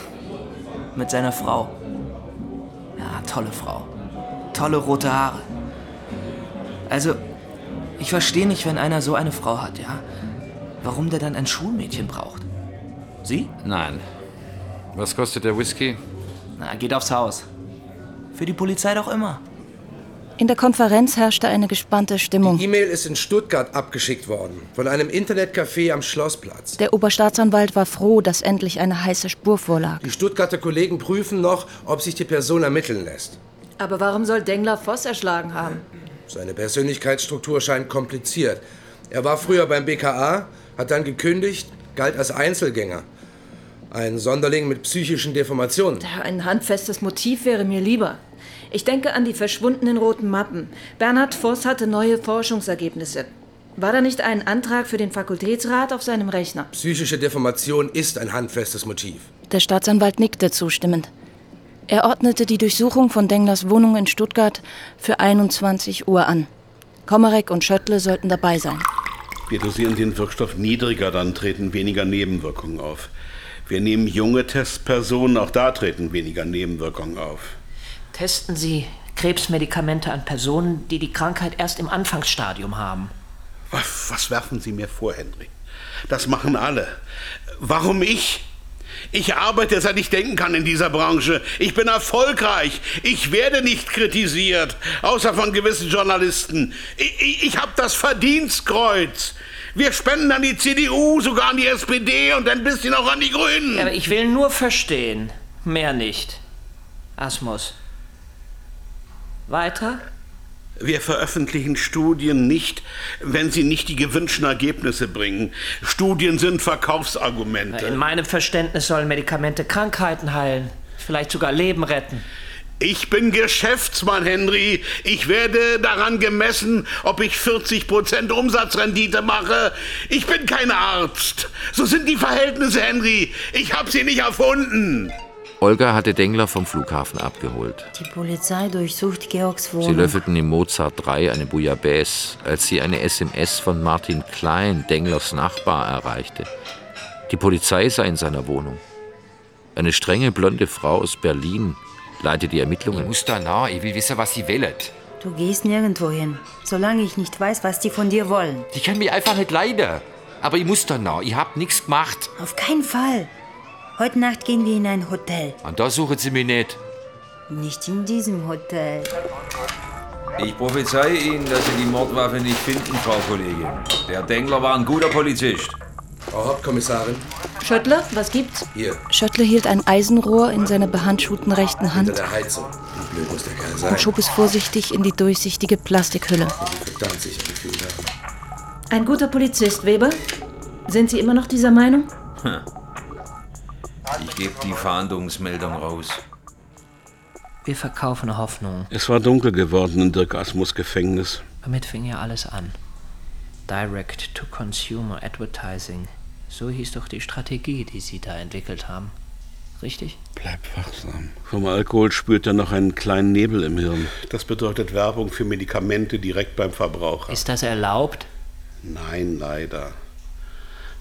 S11: mit seiner Frau. Ja, tolle Frau. Tolle rote Haare. Also, ich verstehe nicht, wenn einer so eine Frau hat, ja? Warum der dann ein Schulmädchen braucht? Sie?
S21: Nein. Was kostet der Whisky?
S11: Na, geht aufs Haus. Für die Polizei doch immer.
S4: In der Konferenz herrschte eine gespannte Stimmung.
S5: Die E-Mail ist in Stuttgart abgeschickt worden. Von einem Internetcafé am Schlossplatz.
S4: Der Oberstaatsanwalt war froh, dass endlich eine heiße Spur vorlag.
S5: Die Stuttgarter Kollegen prüfen noch, ob sich die Person ermitteln lässt.
S13: Aber warum soll Dengler Voss erschlagen haben?
S5: Seine Persönlichkeitsstruktur scheint kompliziert. Er war früher beim BKA, hat dann gekündigt, galt als Einzelgänger. Ein Sonderling mit psychischen Deformationen.
S13: Ja, Ein handfestes Motiv wäre mir lieber. Ich denke an die verschwundenen roten Mappen. Bernhard Voss hatte neue Forschungsergebnisse. War da nicht ein Antrag für den Fakultätsrat auf seinem Rechner?
S5: Psychische Deformation ist ein handfestes Motiv.
S4: Der Staatsanwalt nickte zustimmend. Er ordnete die Durchsuchung von Denglers Wohnung in Stuttgart für 21 Uhr an. Komarek und Schöttle sollten dabei sein.
S8: Wir dosieren den Wirkstoff niedriger, dann treten weniger Nebenwirkungen auf. Wir nehmen junge Testpersonen, auch da treten weniger Nebenwirkungen auf.
S7: Testen Sie Krebsmedikamente an Personen, die die Krankheit erst im Anfangsstadium haben.
S8: Was, was werfen Sie mir vor, Henry? Das machen alle. Warum ich? Ich arbeite, seit ich denken kann in dieser Branche. Ich bin erfolgreich. Ich werde nicht kritisiert, außer von gewissen Journalisten. Ich, ich, ich habe das Verdienstkreuz. Wir spenden an die CDU, sogar an die SPD und ein bisschen auch an die Grünen.
S7: Ja, aber ich will nur verstehen, mehr nicht. Asmus. Weiter?
S8: Wir veröffentlichen Studien nicht, wenn sie nicht die gewünschten Ergebnisse bringen. Studien sind Verkaufsargumente.
S7: In meinem Verständnis sollen Medikamente Krankheiten heilen, vielleicht sogar Leben retten.
S8: Ich bin Geschäftsmann, Henry. Ich werde daran gemessen, ob ich 40% Umsatzrendite mache. Ich bin kein Arzt. So sind die Verhältnisse, Henry. Ich habe sie nicht erfunden.
S10: Olga hatte Dengler vom Flughafen abgeholt.
S9: Die Polizei durchsucht Georgs
S10: Sie
S9: Wohnung.
S10: löffelten im Mozart 3 eine Bouillabaisse, als sie eine SMS von Martin Klein, Denglers Nachbar, erreichte. Die Polizei sei in seiner Wohnung. Eine strenge blonde Frau aus Berlin leitet die Ermittlungen.
S21: Muster na, ich will wissen, was Sie willet.
S23: Du gehst nirgendwo hin, solange ich nicht weiß, was die von dir wollen.
S2: Die kann mich einfach nicht leiden. Aber ich muss dann noch. Ich hab nichts gemacht.
S23: Auf keinen Fall. Heute Nacht gehen wir in ein Hotel.
S2: Und da suchen sie mich nicht.
S23: Nicht in diesem Hotel.
S17: Ich prophezei Ihnen, dass Sie die Mordwaffe nicht finden, Frau Kollegin. Der Dengler war ein guter Polizist.
S5: Frau Hauptkommissarin.
S4: Schöttler, was gibt's?
S5: Hier.
S4: Schöttler hielt ein Eisenrohr in seiner behandschuhten rechten Hand
S5: Hinter der Heizung. Wie blöd muss der Kerl sein.
S4: und schob es vorsichtig in die durchsichtige Plastikhülle.
S5: Verdammt sicher gefühlt haben.
S20: Ein guter Polizist, Weber. Sind Sie immer noch dieser Meinung?
S17: Hm. Ich gebe die Fahndungsmeldung raus.
S7: Wir verkaufen Hoffnung.
S22: Es war dunkel geworden in Dirk Asmus Gefängnis.
S7: Damit fing ja alles an. Direct to Consumer Advertising. So hieß doch die Strategie, die Sie da entwickelt haben. Richtig?
S22: Bleib wachsam. Vom Alkohol spürt er noch einen kleinen Nebel im Hirn.
S8: Das bedeutet Werbung für Medikamente direkt beim Verbraucher.
S7: Ist das erlaubt?
S8: Nein, leider.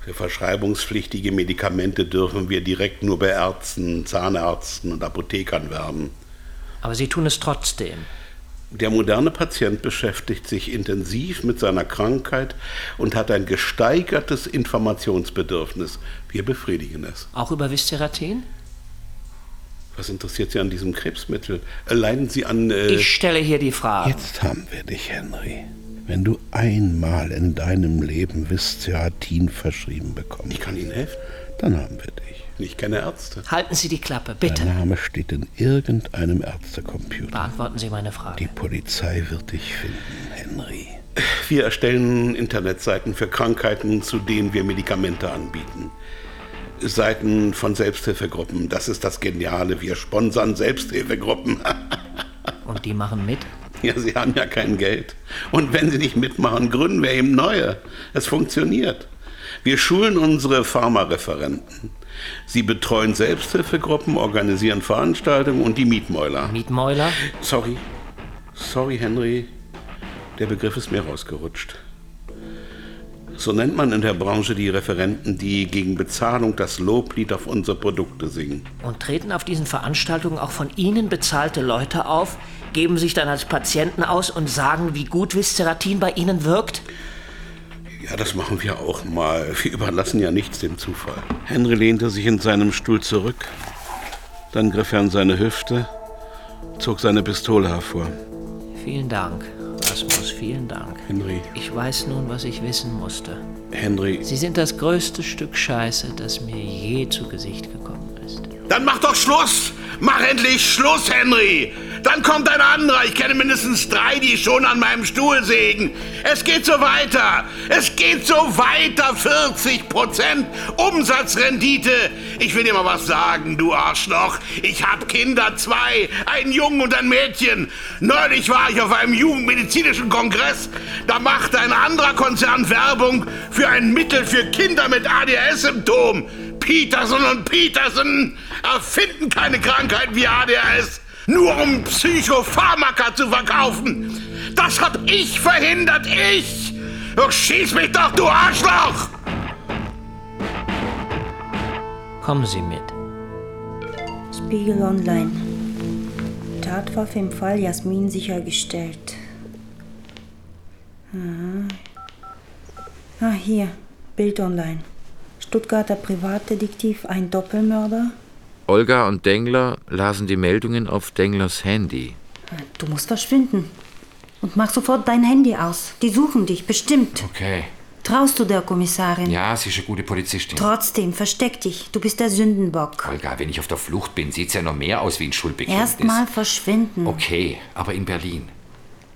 S8: Für verschreibungspflichtige Medikamente dürfen wir direkt nur bei Ärzten, Zahnärzten und Apothekern werben.
S7: Aber Sie tun es trotzdem.
S8: Der moderne Patient beschäftigt sich intensiv mit seiner Krankheit und hat ein gesteigertes Informationsbedürfnis. Wir befriedigen es.
S7: Auch über Visceratin?
S8: Was interessiert Sie an diesem Krebsmittel? Äh, Leiden Sie an. Äh,
S7: ich stelle hier die Frage.
S22: Jetzt haben wir dich, Henry. Wenn du einmal in deinem Leben Visceratin verschrieben bekommst. Ich
S8: kann Ihnen helfen.
S22: Dann haben wir dich.
S8: Ich kenne Ärzte.
S7: Halten Sie die Klappe, bitte.
S22: Dein Name steht in irgendeinem Ärztecomputer.
S7: Beantworten Sie meine Frage.
S22: Die Polizei wird dich finden, Henry.
S8: Wir erstellen Internetseiten für Krankheiten, zu denen wir Medikamente anbieten. Seiten von Selbsthilfegruppen. Das ist das Geniale. Wir sponsern Selbsthilfegruppen.
S7: Und die machen mit?
S8: Ja, sie haben ja kein Geld. Und wenn sie nicht mitmachen, gründen wir eben neue. Es funktioniert. Wir schulen unsere Pharmareferenten. Sie betreuen Selbsthilfegruppen, organisieren Veranstaltungen und die Mietmäuler.
S7: Mietmäuler?
S8: Sorry. Sorry, Henry. Der Begriff ist mir rausgerutscht. So nennt man in der Branche die Referenten, die gegen Bezahlung das Loblied auf unsere Produkte singen.
S7: Und treten auf diesen Veranstaltungen auch von Ihnen bezahlte Leute auf, geben sich dann als Patienten aus und sagen, wie gut Visceratin bei Ihnen wirkt?
S8: Ja, das machen wir auch mal. Wir überlassen ja nichts dem Zufall.
S22: Henry lehnte sich in seinem Stuhl zurück. Dann griff er an seine Hüfte, zog seine Pistole hervor.
S7: Vielen Dank, Rasmus, vielen Dank.
S22: Henry.
S7: Ich weiß nun, was ich wissen musste.
S8: Henry.
S7: Sie sind das größte Stück Scheiße, das mir je zu Gesicht gekommen ist.
S8: Dann mach doch Schluss! Mach endlich Schluss, Henry! Dann kommt ein anderer. Ich kenne mindestens drei, die schon an meinem Stuhl sägen. Es geht so weiter. Es geht so weiter. 40 Prozent Umsatzrendite. Ich will dir mal was sagen, du Arschloch. Ich hab Kinder, zwei. Einen Jungen und ein Mädchen. Neulich war ich auf einem jugendmedizinischen Kongress. Da machte ein anderer Konzern Werbung für ein Mittel für Kinder mit ADS-Symptom. Peterson und Peterson erfinden keine Krankheit wie ADHS, nur um Psychopharmaka zu verkaufen. Das hab ich verhindert, ich! Doch schieß mich doch, du Arschloch!
S7: Kommen Sie mit.
S9: Spiegel Online. Tatwaffe im Fall Jasmin sichergestellt. Mhm. Ah, hier. Bild Online. Stuttgarter Privatdetektiv, ein Doppelmörder.
S10: Olga und Dengler lasen die Meldungen auf Denglers Handy.
S9: Du musst verschwinden. Und mach sofort dein Handy aus. Die suchen dich, bestimmt.
S21: Okay.
S9: Traust du der Kommissarin?
S21: Ja, sie ist eine gute Polizistin.
S9: Trotzdem, versteck dich. Du bist der Sündenbock.
S21: Olga, wenn ich auf der Flucht bin, sieht's ja noch mehr aus wie ein Schuldbekenntnis.
S9: Erstmal verschwinden.
S21: Okay, aber in Berlin.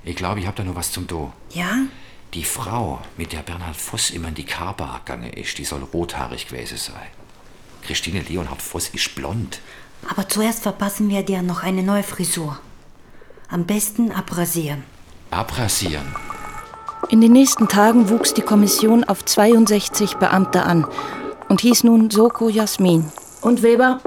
S21: Ich glaube, ich habe da nur was zum Do.
S9: Ja?
S21: Die Frau, mit der Bernhard Voss immer in die Karbar gegangen ist, die soll rothaarig gewesen sein. Christine Leonhard Voss ist blond.
S9: Aber zuerst verpassen wir dir noch eine neue Frisur. Am besten abrasieren.
S21: Abrasieren.
S4: In den nächsten Tagen wuchs die Kommission auf 62 Beamte an und hieß nun Soko Jasmin. Und Weber,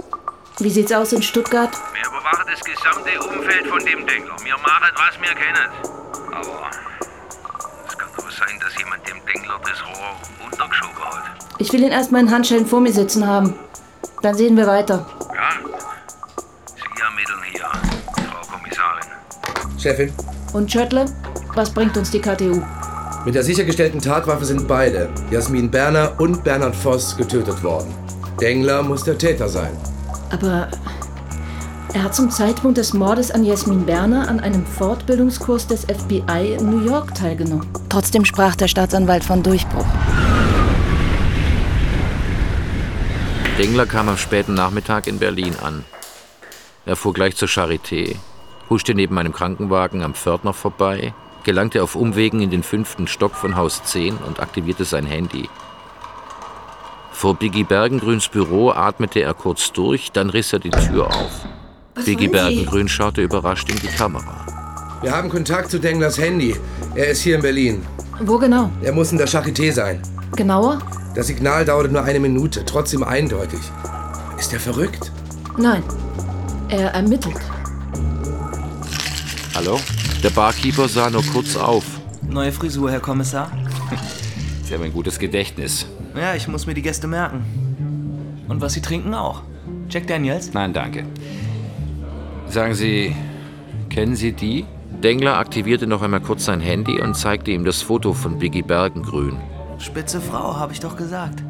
S4: wie sieht's aus in Stuttgart?
S18: Wir bewachen das gesamte Umfeld von dem Dengler. Wir machen, was wir können. Aber es kann doch sein, dass jemand dem Dengler das Rohr untergeschoben hat.
S4: Ich will ihn erstmal in Handschellen vor mir sitzen haben. Dann sehen wir weiter.
S18: Ja, Sie ermitteln hier, Frau Kommissarin.
S5: Chefin,
S4: Und Schöttle, was bringt uns die KTU?
S5: Mit der sichergestellten Tatwaffe sind beide, Jasmin Berner und Bernhard Voss, getötet worden. Dengler muss der Täter sein.
S4: Aber er hat zum Zeitpunkt des Mordes an Jasmin Berner an einem Fortbildungskurs des FBI in New York teilgenommen.
S24: Trotzdem sprach der Staatsanwalt von Durchbruch.
S10: Dengler kam am späten Nachmittag in Berlin an. Er fuhr gleich zur Charité, huschte neben einem Krankenwagen am Pförtner vorbei, gelangte auf Umwegen in den fünften Stock von Haus 10 und aktivierte sein Handy. Vor Biggie Bergengrüns Büro atmete er kurz durch, dann riss er die Tür auf.
S5: Was
S10: Biggie
S5: wollen Sie?
S10: Bergengrün schaute überrascht in die Kamera.
S5: Wir haben Kontakt zu Denglers Handy. Er ist hier in Berlin.
S4: Wo genau?
S5: Er muss in der Charité sein.
S4: Genauer?
S5: Das Signal dauerte nur eine Minute, trotzdem eindeutig. Ist er verrückt?
S4: Nein. Er ermittelt.
S10: Hallo? Der Barkeeper sah nur kurz auf.
S11: Neue Frisur, Herr Kommissar.
S10: Sie haben ein gutes Gedächtnis.
S11: Ja, ich muss mir die Gäste merken. Und was sie trinken auch. Jack Daniels?
S10: Nein, danke. Sagen Sie, kennen Sie die? Dengler aktivierte noch einmal kurz sein Handy und zeigte ihm das Foto von Biggie Bergengrün.
S11: Spitze Frau, habe ich doch gesagt.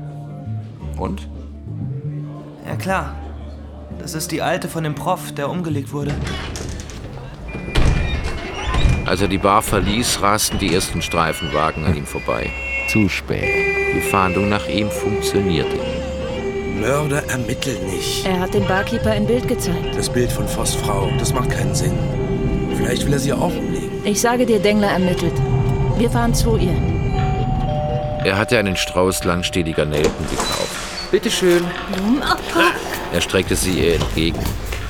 S10: Und?
S11: Ja klar. Das ist die alte von dem Prof, der umgelegt wurde.
S10: Als er die Bar verließ, rasten die ersten Streifenwagen an ihm vorbei. Zu spät. Die Fahndung nach ihm funktionierte.
S5: Mörder ermittelt nicht.
S4: Er hat dem Barkeeper ein Bild gezeigt.
S5: Das Bild von Voss Frau, das macht keinen Sinn. Vielleicht will er sie auch umlegen.
S4: Ich sage dir, Dengler ermittelt. Wir fahren zu ihr.
S10: Er hatte einen Strauß langstieliger Nelken gekauft.
S25: Bitteschön.
S10: Er streckte sie ihr entgegen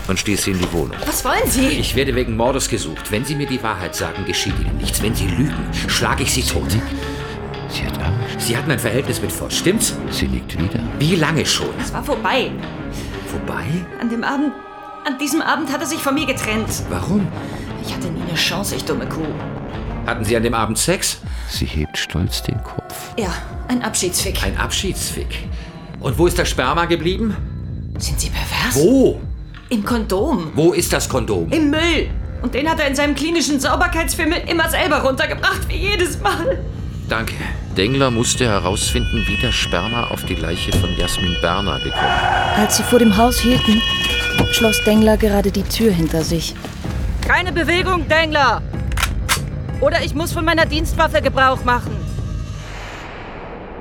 S10: und stieß sie in die Wohnung.
S4: Was wollen Sie?
S2: Ich werde wegen Mordes gesucht. Wenn Sie mir die Wahrheit sagen, geschieht Ihnen nichts. Wenn Sie lügen, schlage ich Sie tot. Sie hat Angst. Sie hatten ein Verhältnis mit Voss, stimmt's? Sie liegt wieder. Wie lange schon?
S3: Es war vorbei.
S2: Vorbei?
S3: An dem Abend, an diesem Abend hat er sich von mir getrennt.
S2: Warum?
S3: Ich hatte nie eine Chance, ich dumme Kuh.
S2: Hatten Sie an dem Abend Sex?
S26: Sie hebt stolz den Kopf.
S3: Ja, ein Abschiedsfick.
S2: Ein Abschiedsfick. Und wo ist das Sperma geblieben?
S3: Sind Sie pervers?
S2: Wo?
S3: Im Kondom.
S2: Wo ist das Kondom?
S3: Im Müll. Und den hat er in seinem klinischen Sauberkeitsfilm immer selber runtergebracht, wie jedes Mal.
S10: Danke. Dengler musste herausfinden, wie das Sperma auf die Leiche von Jasmin Berner gekommen.
S24: Als sie vor dem Haus hielten, schloss Dengler gerade die Tür hinter sich.
S27: Keine Bewegung, Dengler! Oder ich muss von meiner Dienstwaffe Gebrauch machen.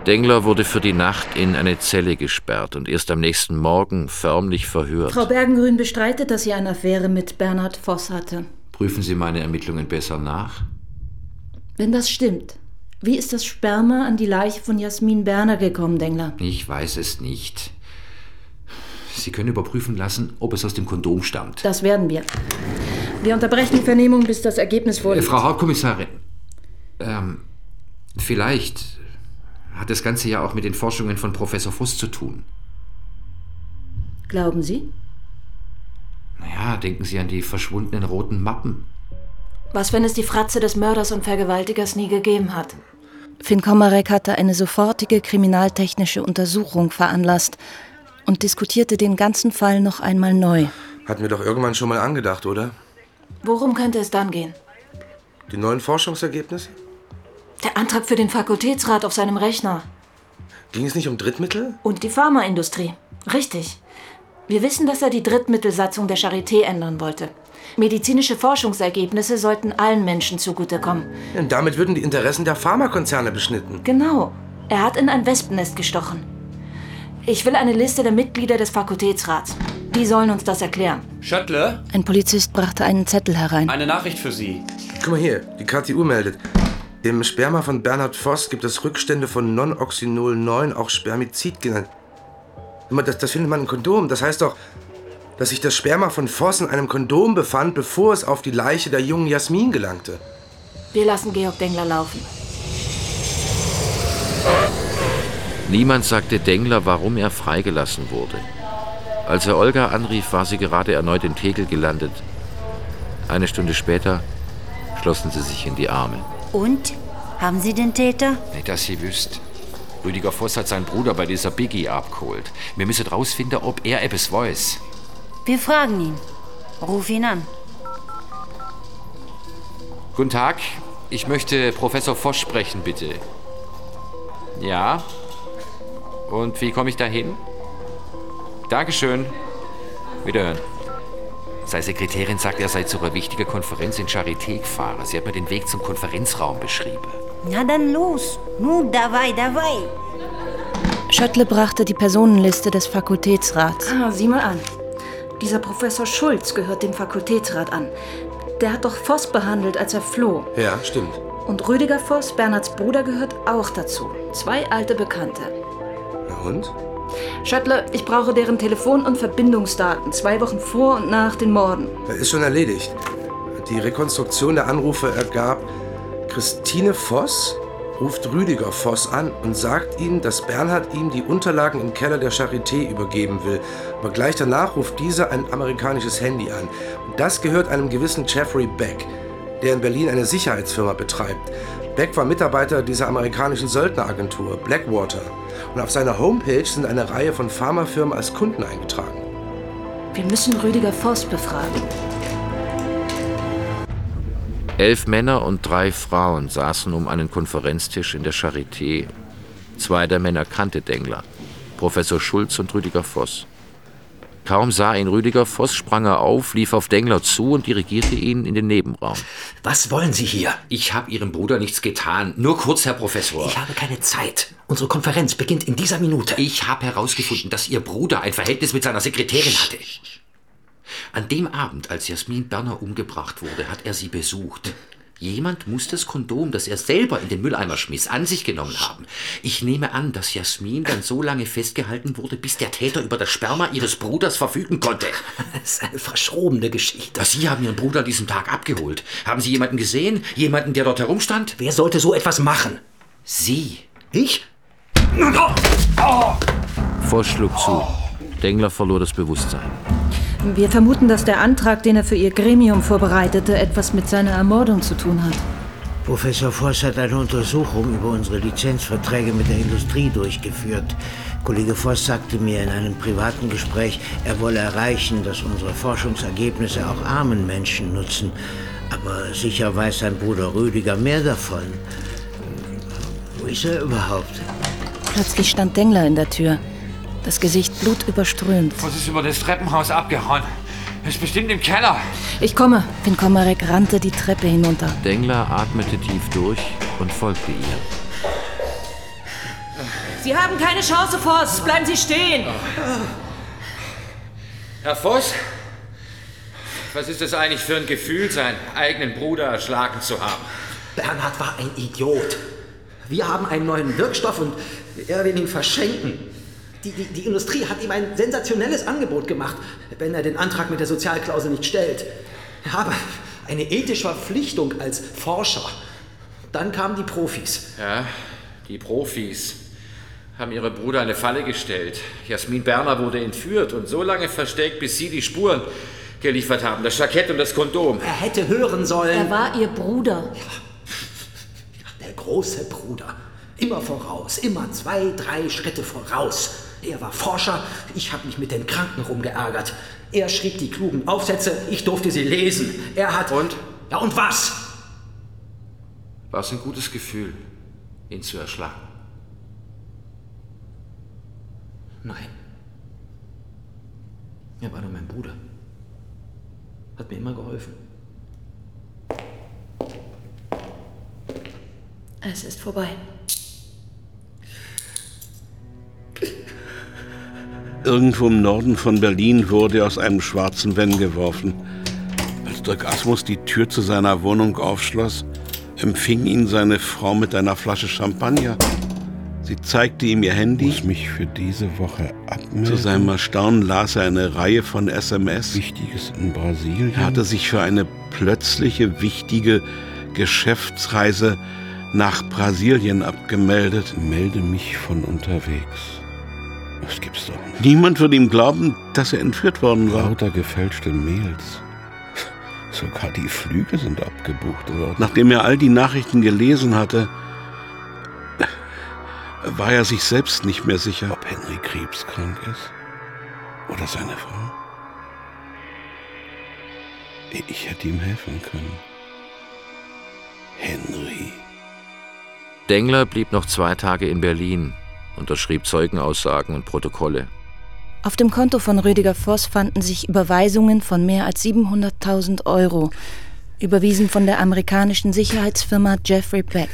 S10: Dengler wurde für die Nacht in eine Zelle gesperrt und erst am nächsten Morgen förmlich verhört.
S4: Frau Bergengrün bestreitet, dass sie eine Affäre mit Bernhard Voss hatte.
S10: Prüfen Sie meine Ermittlungen besser nach.
S4: Wenn das stimmt, wie ist das Sperma an die Leiche von Jasmin Berner gekommen, Dengler?
S2: Ich weiß es nicht. Sie können überprüfen lassen, ob es aus dem Kondom stammt.
S4: Das werden wir. Wir unterbrechen die Vernehmung, bis das Ergebnis
S2: Äh,
S4: vorliegt.
S2: Frau Hauptkommissarin, ähm, vielleicht hat das Ganze ja auch mit den Forschungen von Professor Voss zu tun.
S4: Glauben Sie?
S2: Naja, denken Sie an die verschwundenen roten Mappen.
S4: Was, wenn es die Fratze des Mörders und Vergewaltigers nie gegeben hat?
S24: Finn Komarek hatte eine sofortige kriminaltechnische Untersuchung veranlasst und diskutierte den ganzen Fall noch einmal neu.
S5: Hatten wir doch irgendwann schon mal angedacht, oder?
S4: Worum könnte es dann gehen?
S5: Die neuen Forschungsergebnisse?
S4: Der Antrag für den Fakultätsrat auf seinem Rechner.
S5: Ging es nicht um Drittmittel?
S4: Und die Pharmaindustrie. Richtig. Wir wissen, dass er die Drittmittelsatzung der Charité ändern wollte. Medizinische Forschungsergebnisse sollten allen Menschen zugutekommen.
S5: Ja, und damit würden die Interessen der Pharmakonzerne beschnitten.
S4: Genau. Er hat in ein Wespennest gestochen. Ich will eine Liste der Mitglieder des Fakultätsrats. Die sollen uns das erklären.
S24: Schöttle? Ein Polizist brachte einen Zettel herein.
S28: Eine Nachricht für Sie.
S5: Guck mal hier, die KTU meldet. Dem Sperma von Bernhard Voss gibt es Rückstände von Nonoxynol 9, auch Spermizid genannt. Immer das, das findet man im Kondom. Das heißt doch, dass sich das Sperma von Voss in einem Kondom befand, bevor es auf die Leiche der jungen Jasmin gelangte.
S4: Wir lassen Georg Dengler laufen.
S10: Niemand sagte Dengler, warum er freigelassen wurde. Als er Olga anrief, war sie gerade erneut in Tegel gelandet. Eine Stunde später schlossen sie sich in die Arme.
S9: Und? Haben Sie den Täter?
S2: Nicht, dass Sie wüsst. Rüdiger Voss hat seinen Bruder bei dieser Biggie abgeholt. Wir müssen rausfinden, ob er etwas weiß.
S9: Wir fragen ihn. Ruf ihn an.
S10: Guten Tag, ich möchte Professor Voss sprechen, bitte. Ja? Und wie komme ich da hin? Dankeschön. Wiederhören.
S2: Seine Sekretärin sagt, er sei zu einer wichtigen Konferenz in Charité gefahren. Sie hat mir den Weg zum Konferenzraum beschrieben.
S23: Na dann los. Nun, dabei, dabei.
S4: Schöttle brachte die Personenliste des Fakultätsrats.
S20: Ah, sieh mal an. Dieser Professor Schulz gehört dem Fakultätsrat an. Der hat doch Voss behandelt, als er floh.
S5: Ja, stimmt.
S20: Und Rüdiger Voss, Bernhards Bruder, gehört auch dazu. Zwei alte Bekannte.
S5: Na und?
S20: Schöttle, ich brauche deren Telefon- und Verbindungsdaten. Zwei Wochen vor und nach den Morden.
S5: Das Ist schon erledigt. Die Rekonstruktion der Anrufe ergab, Christine Voss ruft Rüdiger Voss an und sagt ihm, dass Bernhard ihm die Unterlagen im Keller der Charité übergeben will. Aber gleich danach ruft dieser ein amerikanisches Handy an. Und das gehört einem gewissen Jeffrey Beck, der in Berlin eine Sicherheitsfirma betreibt. Beck war Mitarbeiter dieser amerikanischen Söldneragentur Blackwater. Und auf seiner Homepage sind eine Reihe von Pharmafirmen als Kunden eingetragen.
S20: Wir müssen Rüdiger Voss befragen.
S10: Elf Männer und drei Frauen saßen um einen Konferenztisch in der Charité. Zwei der Männer kannte Dengler, Professor Schulz und Rüdiger Voss. Kaum sah ihn Rüdiger Voss, sprang er auf, lief auf Dengler zu und dirigierte ihn in den Nebenraum.
S2: Was wollen Sie hier?
S10: Ich habe Ihrem
S2: Bruder nichts getan. Nur kurz, Herr Professor.
S10: Ich
S2: habe keine Zeit. Unsere Konferenz beginnt in dieser Minute. Ich habe herausgefunden, dass Ihr Bruder ein Verhältnis mit seiner Sekretärin hatte. An dem Abend, als Jasmin Berner umgebracht wurde, hat er sie besucht. Jemand muss das Kondom, das er selber in den Mülleimer schmiss, an sich genommen haben. Ich nehme an, dass Jasmin dann so lange festgehalten wurde, bis der Täter über das Sperma ihres Bruders verfügen konnte. Das ist eine verschrobene Geschichte. Sie haben Ihren Bruder an diesem Tag abgeholt. Haben Sie jemanden gesehen? Jemanden, der dort herumstand? Wer sollte so etwas machen? Sie. Ich?
S10: Voss schlug zu. Dengler verlor das Bewusstsein.
S4: Wir vermuten, dass der Antrag, den er für ihr Gremium vorbereitete, etwas mit seiner Ermordung zu tun hat.
S14: Professor Voss hat eine Untersuchung über unsere Lizenzverträge mit der Industrie durchgeführt. Kollege Voss sagte mir in einem privaten Gespräch, er wolle erreichen, dass unsere Forschungsergebnisse auch armen Menschen nutzen. Aber sicher weiß sein Bruder Rüdiger mehr davon. Wo ist er überhaupt?
S4: Plötzlich stand Dengler in der Tür, das Gesicht blutüberströmt.
S21: Was ist über das Treppenhaus abgehauen? Ist bestimmt im Keller.
S4: Ich komme. Finn Komarek rannte die Treppe hinunter.
S10: Dengler atmete tief durch und folgte ihr.
S12: Sie haben keine Chance, Voss. Bleiben Sie stehen.
S7: Oh.
S21: Herr Voss, was ist das eigentlich für ein Gefühl, seinen eigenen Bruder erschlagen zu haben?
S2: Bernhard war ein Idiot. Wir haben einen neuen Wirkstoff und er will ihn verschenken. Die, die, die Industrie hat ihm ein sensationelles Angebot gemacht, wenn er den Antrag mit der Sozialklausel nicht stellt. Er habe eine ethische Verpflichtung als Forscher. Dann kamen die Profis.
S21: Ja, die Profis haben ihrem Bruder eine Falle gestellt. Jasmin Berner wurde entführt und so lange versteckt, bis sie die Spuren geliefert haben. Das Jackett und das Kondom.
S2: Er hätte hören sollen.
S20: Er war ihr Bruder.
S2: Der große Bruder. Immer voraus, immer zwei, drei Schritte voraus. Er war Forscher, ich habe mich mit den Kranken rumgeärgert. Er schrieb die klugen Aufsätze, ich durfte sie lesen. Er hat. Und? Ja, und was?
S21: War es ein gutes Gefühl, ihn zu erschlagen?
S2: Nein. Er war nur mein Bruder. Hat mir immer geholfen.
S20: Es ist vorbei.
S8: Irgendwo im Norden von Berlin wurde er aus einem schwarzen Van geworfen. Als Dirk Asmus die Tür zu seiner Wohnung aufschloss, empfing ihn seine Frau mit einer Flasche Champagner. Sie zeigte ihm ihr Handy. Muss mich für diese Woche abmelden. Zu seinem Erstaunen las er eine Reihe von SMS. Wichtiges in Brasilien. Er hatte sich für eine plötzliche, wichtige Geschäftsreise nach Brasilien abgemeldet. Melde mich von unterwegs.
S22: Das gibt's doch nicht.
S8: Niemand würde ihm glauben, dass er entführt worden war.
S22: Lauter gefälschte Mails. Sogar die Flüge sind abgebucht worden.
S8: Nachdem er all die Nachrichten gelesen hatte, war er sich selbst nicht mehr sicher, ob Henry Krebs krank ist.
S22: Oder seine Frau? Ich hätte ihm helfen können. Henry.
S10: Dengler blieb noch zwei Tage in Berlin, unterschrieb Zeugenaussagen und Protokolle.
S4: Auf dem Konto von Rüdiger Voss fanden sich Überweisungen von mehr als 700.000 Euro, überwiesen von der amerikanischen Sicherheitsfirma Jeffrey Beck.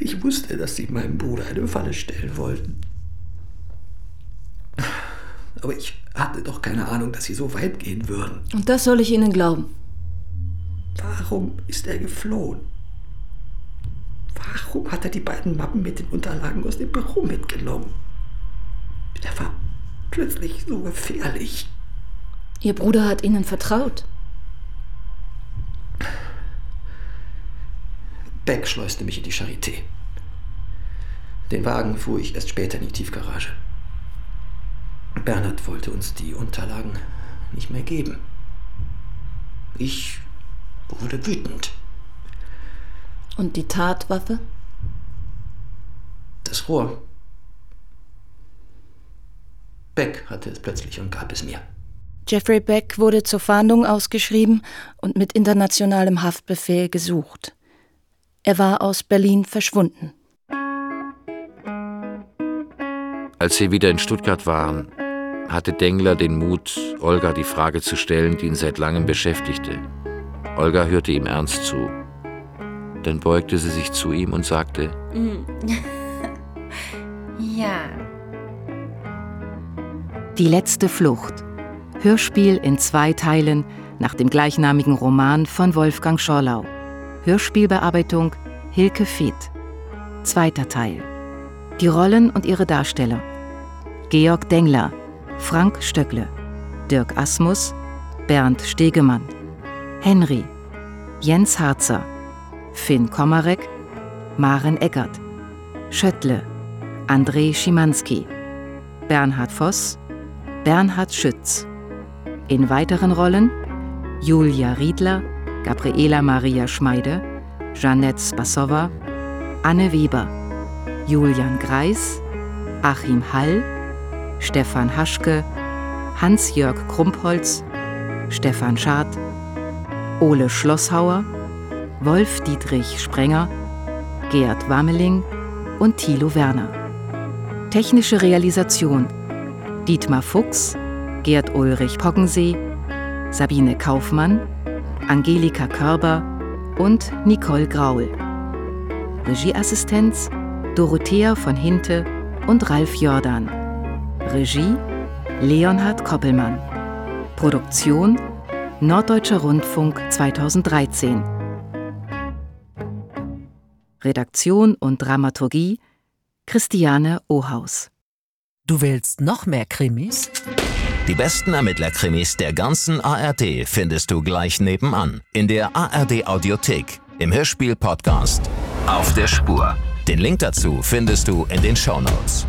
S16: Ich wusste, dass sie meinem Bruder eine Falle stellen wollten. Aber ich hatte doch keine Ahnung, dass sie so weit gehen würden.
S4: Und das soll ich Ihnen glauben.
S16: Warum ist er geflohen? Warum hat er die beiden Mappen mit den Unterlagen aus dem Büro mitgenommen? Er war plötzlich so gefährlich.
S4: Ihr Bruder hat Ihnen vertraut.
S16: Beck schleuste mich in die Charité. Den Wagen fuhr ich erst später in die Tiefgarage. Bernhard wollte uns die Unterlagen nicht mehr geben. Ich wurde wütend.
S4: Und die Tatwaffe?
S16: Das Rohr. Beck hatte es plötzlich und gab es mir.
S4: Jeffrey Beck wurde zur Fahndung ausgeschrieben und mit internationalem Haftbefehl gesucht. Er war aus Berlin verschwunden.
S10: Als sie wieder in Stuttgart waren, hatte Dengler den Mut, Olga die Frage zu stellen, die ihn seit langem beschäftigte. Olga hörte ihm ernst zu. Dann beugte sie sich zu ihm und sagte,
S9: Hm.
S19: Mm. ja.
S1: Die letzte Flucht. Hörspiel in zwei Teilen nach dem gleichnamigen Roman von Wolfgang Schorlau. Hörspielbearbeitung Hilke Feeth. Zweiter Teil. Die Rollen und ihre Darsteller. Georg Dengler, Frank Stöckle, Dirk Asmus, Bernd Stegemann, Henry, Jens Harzer, Finn Komarek, Maren Eckert, Schöttle, André Schimanski, Bernhard Voss, Bernhard Schütz. In weiteren Rollen Julia Riedler, Gabriela Maria Schmeide, Jeanette Spassowa, Anne Weber, Julian Greis, Achim Hall, Stefan Haschke, Hans-Jörg Krumpholz, Stefan Schad, Ole Schlosshauer, Wolf-Dietrich Sprenger, Gerd Wameling und Thilo Werner. Technische Realisation Dietmar Fuchs, Gerd Ulrich Poggensee, Sabine Kaufmann, Angelika Körber und Nicole Graul. Regieassistenz Dorothea von Hinte und Ralf Jordan. Regie Leonhard Koppelmann. Produktion Norddeutscher Rundfunk 2013. Redaktion und Dramaturgie Christiane Ohaus.
S29: Du willst noch mehr Krimis?
S30: Die besten Ermittlerkrimis der ganzen ARD findest du gleich nebenan in der ARD Audiothek im Hörspiel Podcast Auf der Spur. Den Link dazu findest du in den Shownotes.